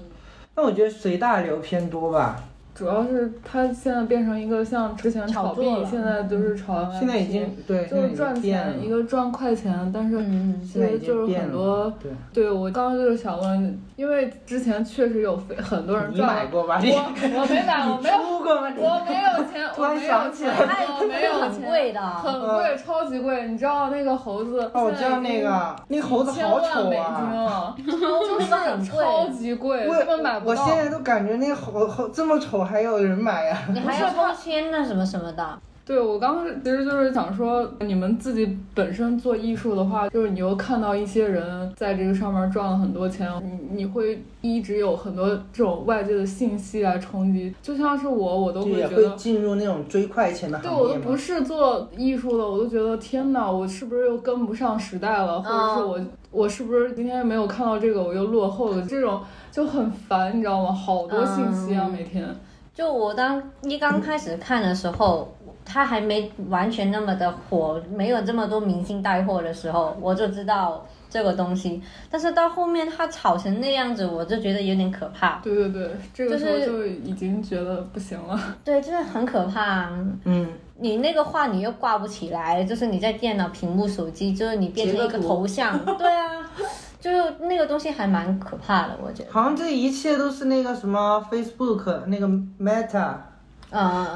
那我觉得随大流偏多吧，
主要是它现在变成一个像之前炒币
炒作，了
现在就是炒 NFT，
嗯现在已经对，现
就
在
是
已
赚
经变
钱一
了，
个赚快钱，但是
嗯，
其
现在
实
已
就
经
是
变
很
了。
多。
对，
对，我刚刚就是想问，因为之前确实有非很多人
你买
赚，
过吧？ 你
我我没买，我没有，
出过吗？
我没有 钱，
突
我
然
没有
想起
钱，
来 嗯
我没有
很
钱，
贵的，啊
很贵，超级贵。你知道那个猴子？
哦，我知道那个，那猴子好丑啊！
啊！
就是很贵，
超级贵，根本买
我
不
我
到。
现在都感觉那猴猴这么丑还有人买啊呀、
你还要抽签啊那什么什么的。
对我刚刚其实就是想说，你们自己本身做艺术的话，就是你又看到一些人在这个上面赚了很多钱，你你会一直有很多这种外界的信息来冲击。就像是我，我都
就
会
也
觉
会
得。
进入那种追快钱的行
对，
业
我都不
嘛
是做艺术的，我都觉得天哪，我是不是又跟不上时代了，
嗯
或者是我、我是不是今天没有看到这个，我又落后了？这种就很烦，你知道吗？好多信息啊，
嗯
每天。
就我当一刚开始看的时候，它还没完全那么的火，没有这么多明星带货的时候，我就知道这个东西。但是到后面它炒成那样子，我就觉得有点可怕。
对对对，这个时候
就是
就已经觉得不行了。
对，就是很可怕啊。
嗯，
你那个画你又挂不起来，就是你在电脑屏幕、手机，就是你变成一
截
个
个图
头像。对啊，就是那个东西还蛮可怕的，我觉得。
好像这一切都是那个什么 Facebook 那个 Meta
嗯嗯。嗯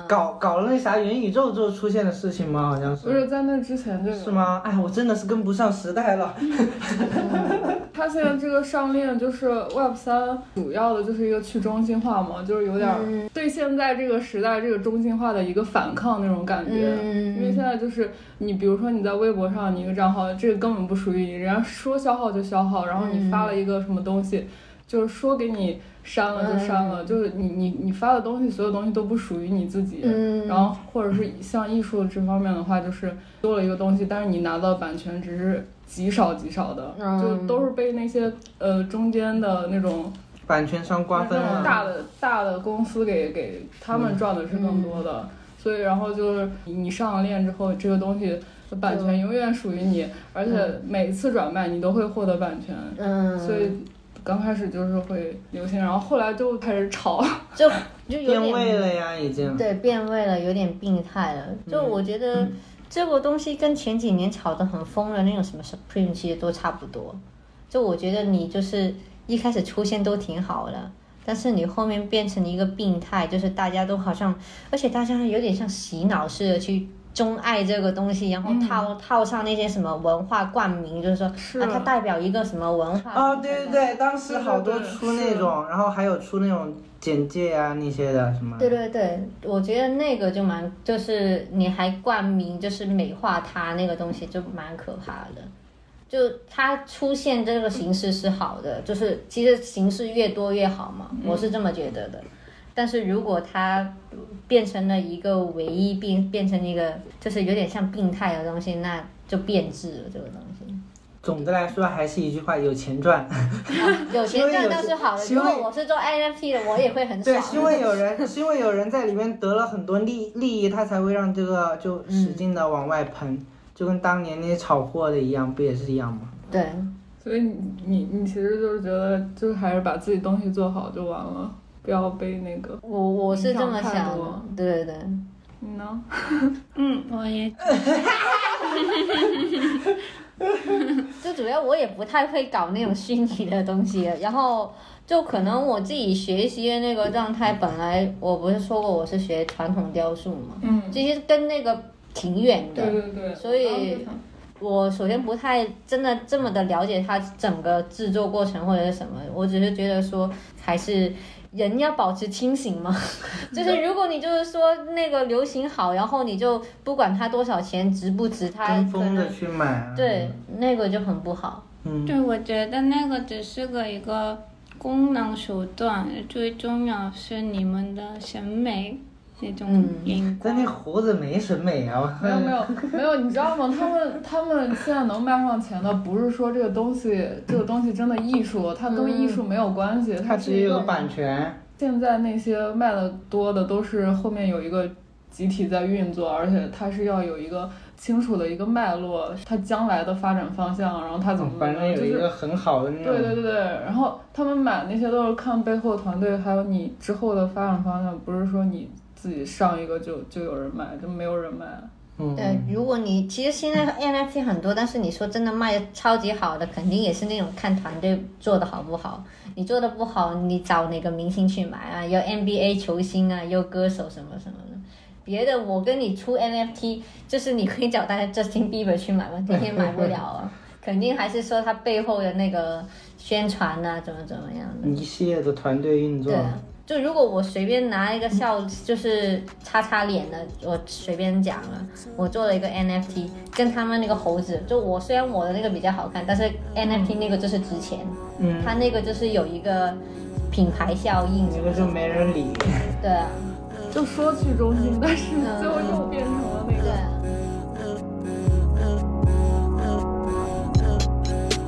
搞搞了那啥元宇宙之后出现的事情吗？好像
不
嗯
是。
是在那之前就有
是？吗？哎，我真的是跟不上时代了。
它现在这个上链就是 Web 三，主要的就是一个去中心化嘛，就是有点儿
嗯
对现在这个时代这个中心化的一个反抗那种
嗯
感觉。因为现在就是你，比如说你在微博上你一个账号，这个根本不属于你，人家说消耗就消耗，然后你发了一个什么东西，就是说给你删了就删了，就是你你你发的东西，所有东西都不属于你自己。
嗯
然后或者是像艺术这方面的话，就是做了一个东西，但是你拿到版权只是极少极少的，
嗯
就都是被那些呃中间的那种
版权商瓜分
嗯
啊
那种
了。
大的大的公司给给他们赚的是更多的，
嗯
所以然后就是你你上了链之后，这个东西的版权永远属于你，而且每次转卖你都会获得版权，
嗯，
所以。刚开始就是会流行，然后后来就开始炒，
就就有
变
点
味了呀，已经。
对，变味了，有点病态了。就
嗯
我觉得这个东西跟前几年炒得很疯的那种什么 Supreme 其实都差不多。就我觉得你就是一开始出现都挺好的，但是你后面变成一个病态，就是大家都好像，而且大家有点像洗脑似的去。钟爱这个东西，然后套、套上那些什么文化冠名，就是说
嗯是
啊，它代表一个什么文化
哦，对对对，当时好多
对对对
出那种，然后还有出那种简介啊那些的什么。
对对对，我觉得那个就蛮，就是你还冠名，就是美化它那个东西，就蛮可怕的。就它出现这个形式是好的，就是其实形式越多越好嘛，我是这么觉得的。但是如果它变成了一个唯一变变成一个就是有点像病态的东西，那就变质了这个东西。
总的来说还是一句话，有钱赚。
有钱赚倒是好的，
希
如
望有
果我是做 NFT 的，我也会很
对，
爽。
是 因为有人，是因为有人在里面得了很多利利益，他才会让这个就
嗯
使劲的往外喷，就跟当年那些炒货的一样，不也是一样吗？
对，
所以你你你其实就是觉得，就是还是把自己东西做好就完了，不要被那个。
我我是这么
影响太
想的
多，
对对对。
你呢？
嗯，我也
就主要我也不太会搞那种虚拟的东西，啊然后就可能我自己学习的那个状态，本来我不是说过我是学传统雕塑嘛，
嗯，
其实跟那个挺远的，
对
嗯
对对，
所以我首先不太真的这么的了解它整个制作过程或者是什么，我只是觉得说还是。人要保持清醒 嘛，就是如果你就是说那个流行好，然后你就不管它多少钱值不值，它
跟
可能
风的去买啊。
对，那个就很不好。
嗯，
对，我觉得那个只是个一个功能手段，最重要是你们的审美那种
嗯
眼
但
光。
那胡子没审美啊，我
没有没有没有，你知道吗？他们他们现在能卖上钱的，不是说这个东西这个东西真的艺术，它跟艺术没有关系，
他
它
嗯只
是一
有
个。
版权。
现在那些卖的多的都是后面有一个集体在运作，而且它是要有一个清楚的一个脉络，它将来的发展方向，然后它怎么
嗯反正有
嗯就
一
是
个很好的那
对对
种，
对对，然后他们买那些都是看背后团队，还有你之后的发展方向，不是说你自己上一个就就有人买，就没有人买。
对
嗯，，
如果你其实现 在 NFT 很多，但是你说真的卖的超级好的，肯定也是那种看团队做的好不好。你做的不好，你找哪个明星去买啊？有 NBA 球星啊，有歌手什么什么的。别的我跟你出 NFT，就是你可以找大家 Justin Bieber 去买嘛，天天买不了 啊，肯定还是说他背后的那个宣传呐、怎么怎么样的。
嗯一系列的团队运作
对，，啊就如果我随便拿一个笑，就是擦擦脸的，我随便讲了，我做了一个 NFT，跟他们那个猴子，就我虽然我的那个比较好看，但是 NFT 那个就是值钱，
嗯，
它那个就是有一个品牌效应，
那个就没人理。
对啊，
就说去中心，但是最后又变成了那
对
个。
啊。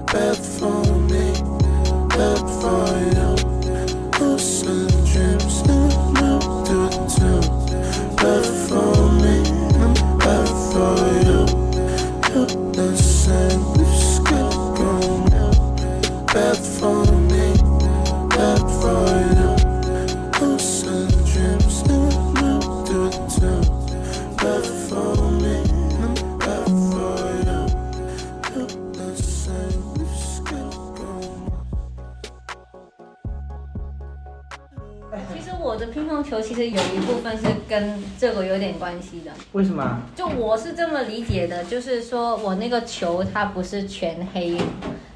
bad for me, bad for you. Hopes and dreams, and I do too. Bad for me, and bad for you. You're the same, we just get grown up. Bad for me, bad for you. Hopes and dreams, and I do too. Bad for me, and bad for you. You're the same, we just get grown up.
其实我的乒乓球其实有一部分是跟这个有点关系的，
为什么？啊
就我是这么理解的，就是说我那个球它不是全黑，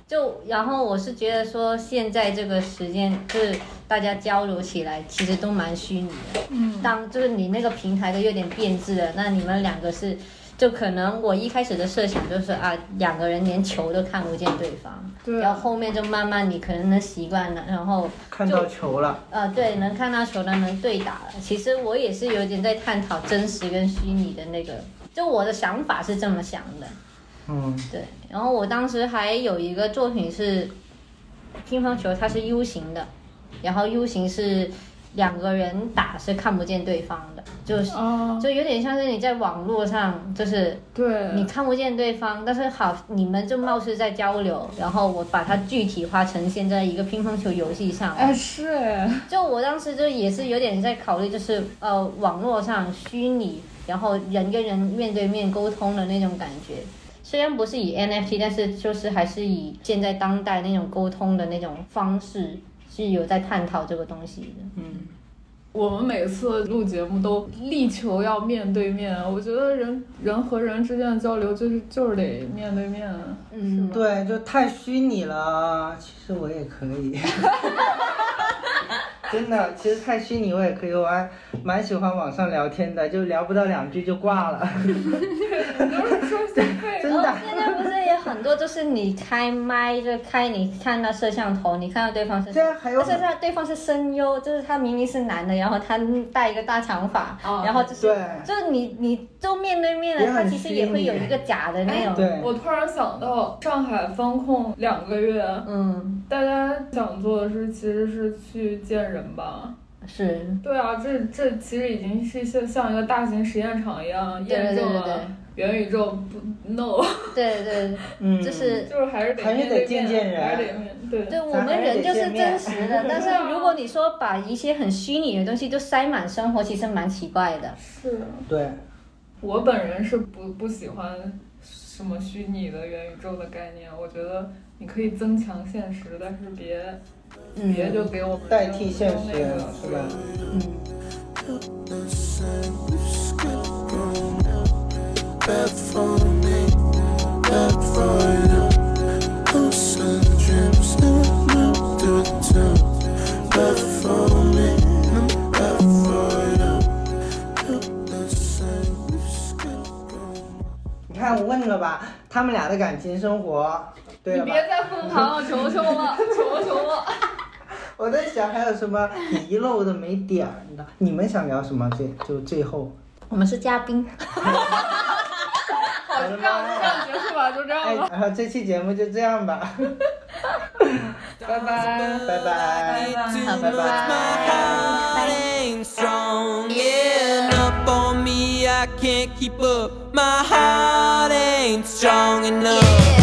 就然后我是觉得说，现在这个时间就是大家交流起来，其实都蛮虚拟的。嗯，当就是你那个平台都有点变质了，那你们两个是，就可能我一开始的设想就是啊，两个人连球都看不见对方，
对啊
然后后面就慢慢你可能能习惯了，然后
看到球了，
呃，对，能看到球的能对打了。其实我也是有点在探讨真实跟虚拟的那个，就我的想法是这么想的。
嗯，
对，然后我当时还有一个作品是乒乓球，它是 U 型的，然后 U 型是两个人打是看不见对方的，就是
啊，
就有点像是你在网络上就是
对，
你看不见对方，但是好，你们就貌似在交流，然后我把它具体化呈现在一个乒乓球游戏上。
哎是哎，
就我当时就也是有点在考虑，就是呃，网络上虚拟，然后人跟人面对面沟通的那种感觉。虽然不是以 NFT，但是就是还是以现在当代那种沟通的那种方式是有在探讨这个东西的。
我们每次录节目都力求要面对面，我觉得人人和人之间的交流就是就是得面对面，啊
嗯，
对，就太虚拟了。啊其实我也可以， 真的，其实太虚拟我也可以，我还蛮喜欢网上聊天的，就聊不到两句就挂了，
都是说心肺。
真的。
现在不是也很多，就是你开麦就开，你看到摄像头，你看到对方是
现在啊还有
但是他对方是声优，就是他明明是男的，然后他戴一个大长发，
哦
然后就是
对
就是你你都面对面
也
了，
很
他其实也会有一个假的那种，
对，
我突然想到，上海封控两个月，
嗯，
大家想做的是其实是去见人吧。
是，
对啊，这这其实已经是像像一个大型实验场一样
对
验
对对
证了
对
元宇宙不 no，
对对，
嗯，
就是。
就是还是得
还是
面
得
对
见
面，
见人
还是得面对。
对我们人就是真实 的，但是如果你说把一些很虚拟的东西就塞满生活，其实蛮奇怪的。
是
对，
我本人是不不喜欢什么虚拟的元宇宙的概念，我觉得你可以增强现实，但是别、
嗯，
别就给我们
代替
扔
现实
那个
是吧？
嗯，
Bad for me, bad for you. Lucid dreams, no, no, do it too. Bad for me, I'm bad for you. You're the same, we've skipped grown
你看我问了吧，他们俩的感情生活，对
你
了吧？
别再复盘了，求求了，求求 了。
我在想还有什么遗漏的没点儿的，你们想聊什么？最就最后，
我们是嘉宾，
好，就这样，就这样结束吧，就这
哎，
样吧，
然后这期节目就这样吧，
拜拜。
拜拜。
好，拜拜。
ain't strong and up on me. I can't keep up. My heart ain't strong enough.